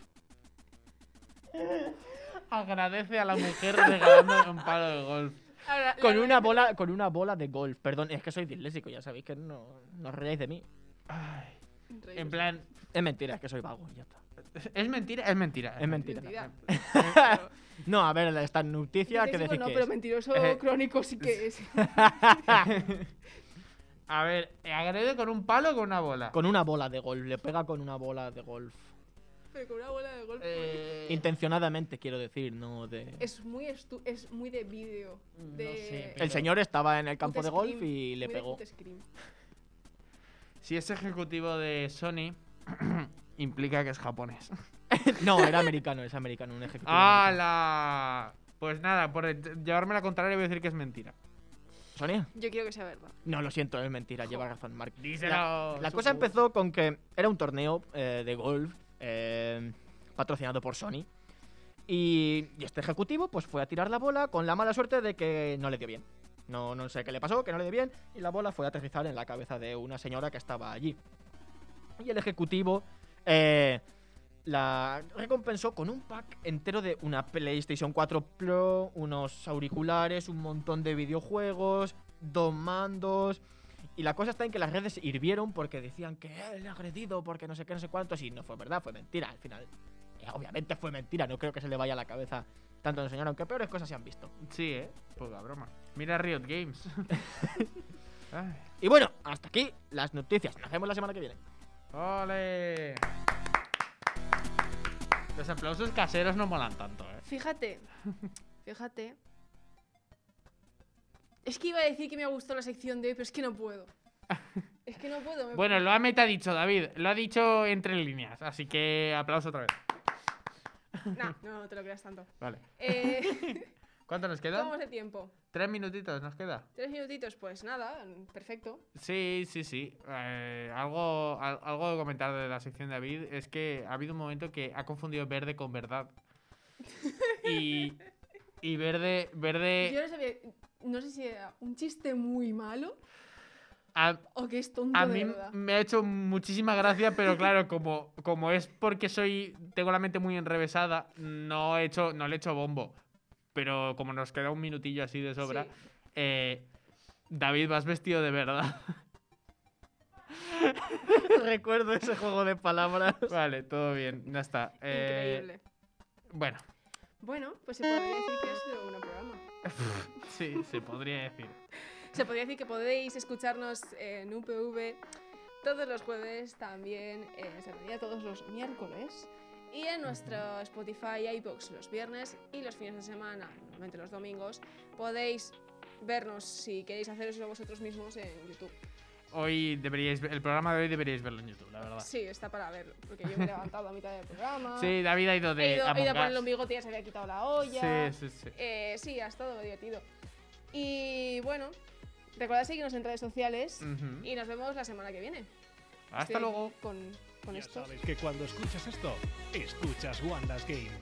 Speaker 3: Agradece a la mujer regalándome un palo de golf.
Speaker 2: Ahora, la
Speaker 5: Con
Speaker 2: verdad-
Speaker 5: una bola, con una bola de golf. Perdón, es que soy disléxico, ya sabéis que no, no os reáis de mí.
Speaker 3: Ay,
Speaker 2: Increíble.
Speaker 3: en plan,
Speaker 5: Es mentira, es que soy vago, ya está.
Speaker 3: es mentira, es mentira.
Speaker 5: Es mentira.
Speaker 2: Mentira.
Speaker 5: No, a ver, esta noticia que
Speaker 2: Disléxico
Speaker 5: decir
Speaker 2: no,
Speaker 5: que
Speaker 2: pero
Speaker 5: es.
Speaker 2: mentiroso
Speaker 3: Eh,
Speaker 2: crónico sí que es.
Speaker 3: A ver, agrede con un palo o con una bola.
Speaker 5: con una bola de golf, le pega con una bola de golf.
Speaker 2: pero con una bola de golf.
Speaker 3: Eh,
Speaker 5: Intencionadamente quiero decir, no de
Speaker 2: Es muy estu- es muy de vídeo.
Speaker 3: No
Speaker 2: De...
Speaker 3: sé, pero-
Speaker 5: El señor estaba en el campo
Speaker 2: Foot
Speaker 5: de golf
Speaker 2: scream,
Speaker 5: y le
Speaker 2: muy de
Speaker 5: pegó.
Speaker 2: foot scream.
Speaker 3: Si es ejecutivo de Sony, implica que es japonés.
Speaker 5: No, era americano, es americano, un ejecutivo. americano.
Speaker 3: ¡Hala! Pues nada, por ll- llevarme la contraria voy a decir que es mentira.
Speaker 5: Sonia.
Speaker 2: Yo quiero que sea verdad.
Speaker 5: No, lo siento, es mentira, lleva razón Mark.
Speaker 3: Díselo,
Speaker 5: La, la
Speaker 3: Susu.
Speaker 5: cosa empezó con que era un torneo eh, de golf eh, patrocinado por Sony. Y, y este ejecutivo pues fue a tirar la bola con la mala suerte de que no le dio bien. No, no sé qué le pasó, que no le dio bien. Y la bola fue a aterrizar en la cabeza de una señora que estaba allí. Y el ejecutivo eh, la recompensó con un pack entero de una PlayStation 4 Pro, unos auriculares, un montón de videojuegos, dos mandos. Y la cosa está en que las redes hirvieron porque decían que él ha agredido, porque no sé qué, no sé cuántos. Y no fue verdad, fue mentira al final. Eh, obviamente fue mentira, no creo que se le vaya a la cabeza tanto al señor, aunque peores cosas se han visto.
Speaker 3: Sí, ¿eh? Poca broma. Mira Riot Games. Ay,
Speaker 5: Y bueno, hasta aquí las noticias. Nos vemos la semana que viene.
Speaker 3: ¡Ole! Los aplausos caseros no molan tanto, ¿eh?
Speaker 2: Fíjate, fíjate. Es que iba a decir que me ha gustado la sección de hoy, pero es que no puedo. Es que no puedo. me-
Speaker 3: Bueno, lo ha metadicho David, lo ha dicho entre líneas, así que aplauso otra vez.
Speaker 2: Nah, no, no te lo creas tanto.
Speaker 3: Vale.
Speaker 2: Eh,
Speaker 3: ¿Cuánto nos
Speaker 2: ¿Cómo
Speaker 3: queda?
Speaker 2: es de tiempo?
Speaker 3: Tres minutitos nos queda.
Speaker 2: Tres minutitos, pues nada, perfecto.
Speaker 3: Sí, sí, sí. Eh, algo, al- algo de comentar de la sección de David es que ha habido un momento que ha confundido verde con verdad. Y, y verde, verde.
Speaker 2: Yo no sabía, no sé si era un chiste muy malo
Speaker 3: a,
Speaker 2: Oh, que es tonto
Speaker 3: a
Speaker 2: de
Speaker 3: mí
Speaker 2: verdad.
Speaker 3: me ha hecho muchísima gracia, pero claro, como, como es porque soy tengo la mente muy enrevesada, no he hecho no le he hecho bombo. Pero como nos queda un minutillo así de sobra,
Speaker 2: Sí.
Speaker 3: eh, David, vas vestido de verdad.
Speaker 5: Recuerdo ese juego de palabras.
Speaker 3: vale, todo bien, ya está. Eh,
Speaker 2: Increíble.
Speaker 3: Bueno,
Speaker 2: Bueno, pues se podría decir que ha sido un programa.
Speaker 3: sí, se podría decir.
Speaker 2: Se podría decir que podéis escucharnos en UPV todos los jueves, también eh, se podría todos los miércoles. Y en nuestro Spotify y iBox los viernes y los fines de semana, normalmente los domingos, podéis vernos si queréis haceroslo vosotros mismos en YouTube.
Speaker 3: Hoy deberíais ver- el programa de hoy deberíais verlo en YouTube, la verdad.
Speaker 2: Sí, está para verlo, porque yo me he levantado a mitad del programa.
Speaker 3: Sí, David ha ido de
Speaker 2: he ido, he ido a
Speaker 3: Among
Speaker 2: poner los
Speaker 3: Us.
Speaker 2: bigotes, ya se había quitado la olla.
Speaker 3: Sí, sí, sí.
Speaker 2: Eh, sí, ha estado divertido. Y bueno, recordad seguirnos en redes sociales
Speaker 3: Ujú.
Speaker 2: y nos vemos la semana que viene.
Speaker 3: Hasta
Speaker 2: Estoy
Speaker 3: luego.
Speaker 2: Con, con
Speaker 1: Ya
Speaker 2: esto.
Speaker 1: sabes que cuando escuchas esto, escuchas Wanda's Game.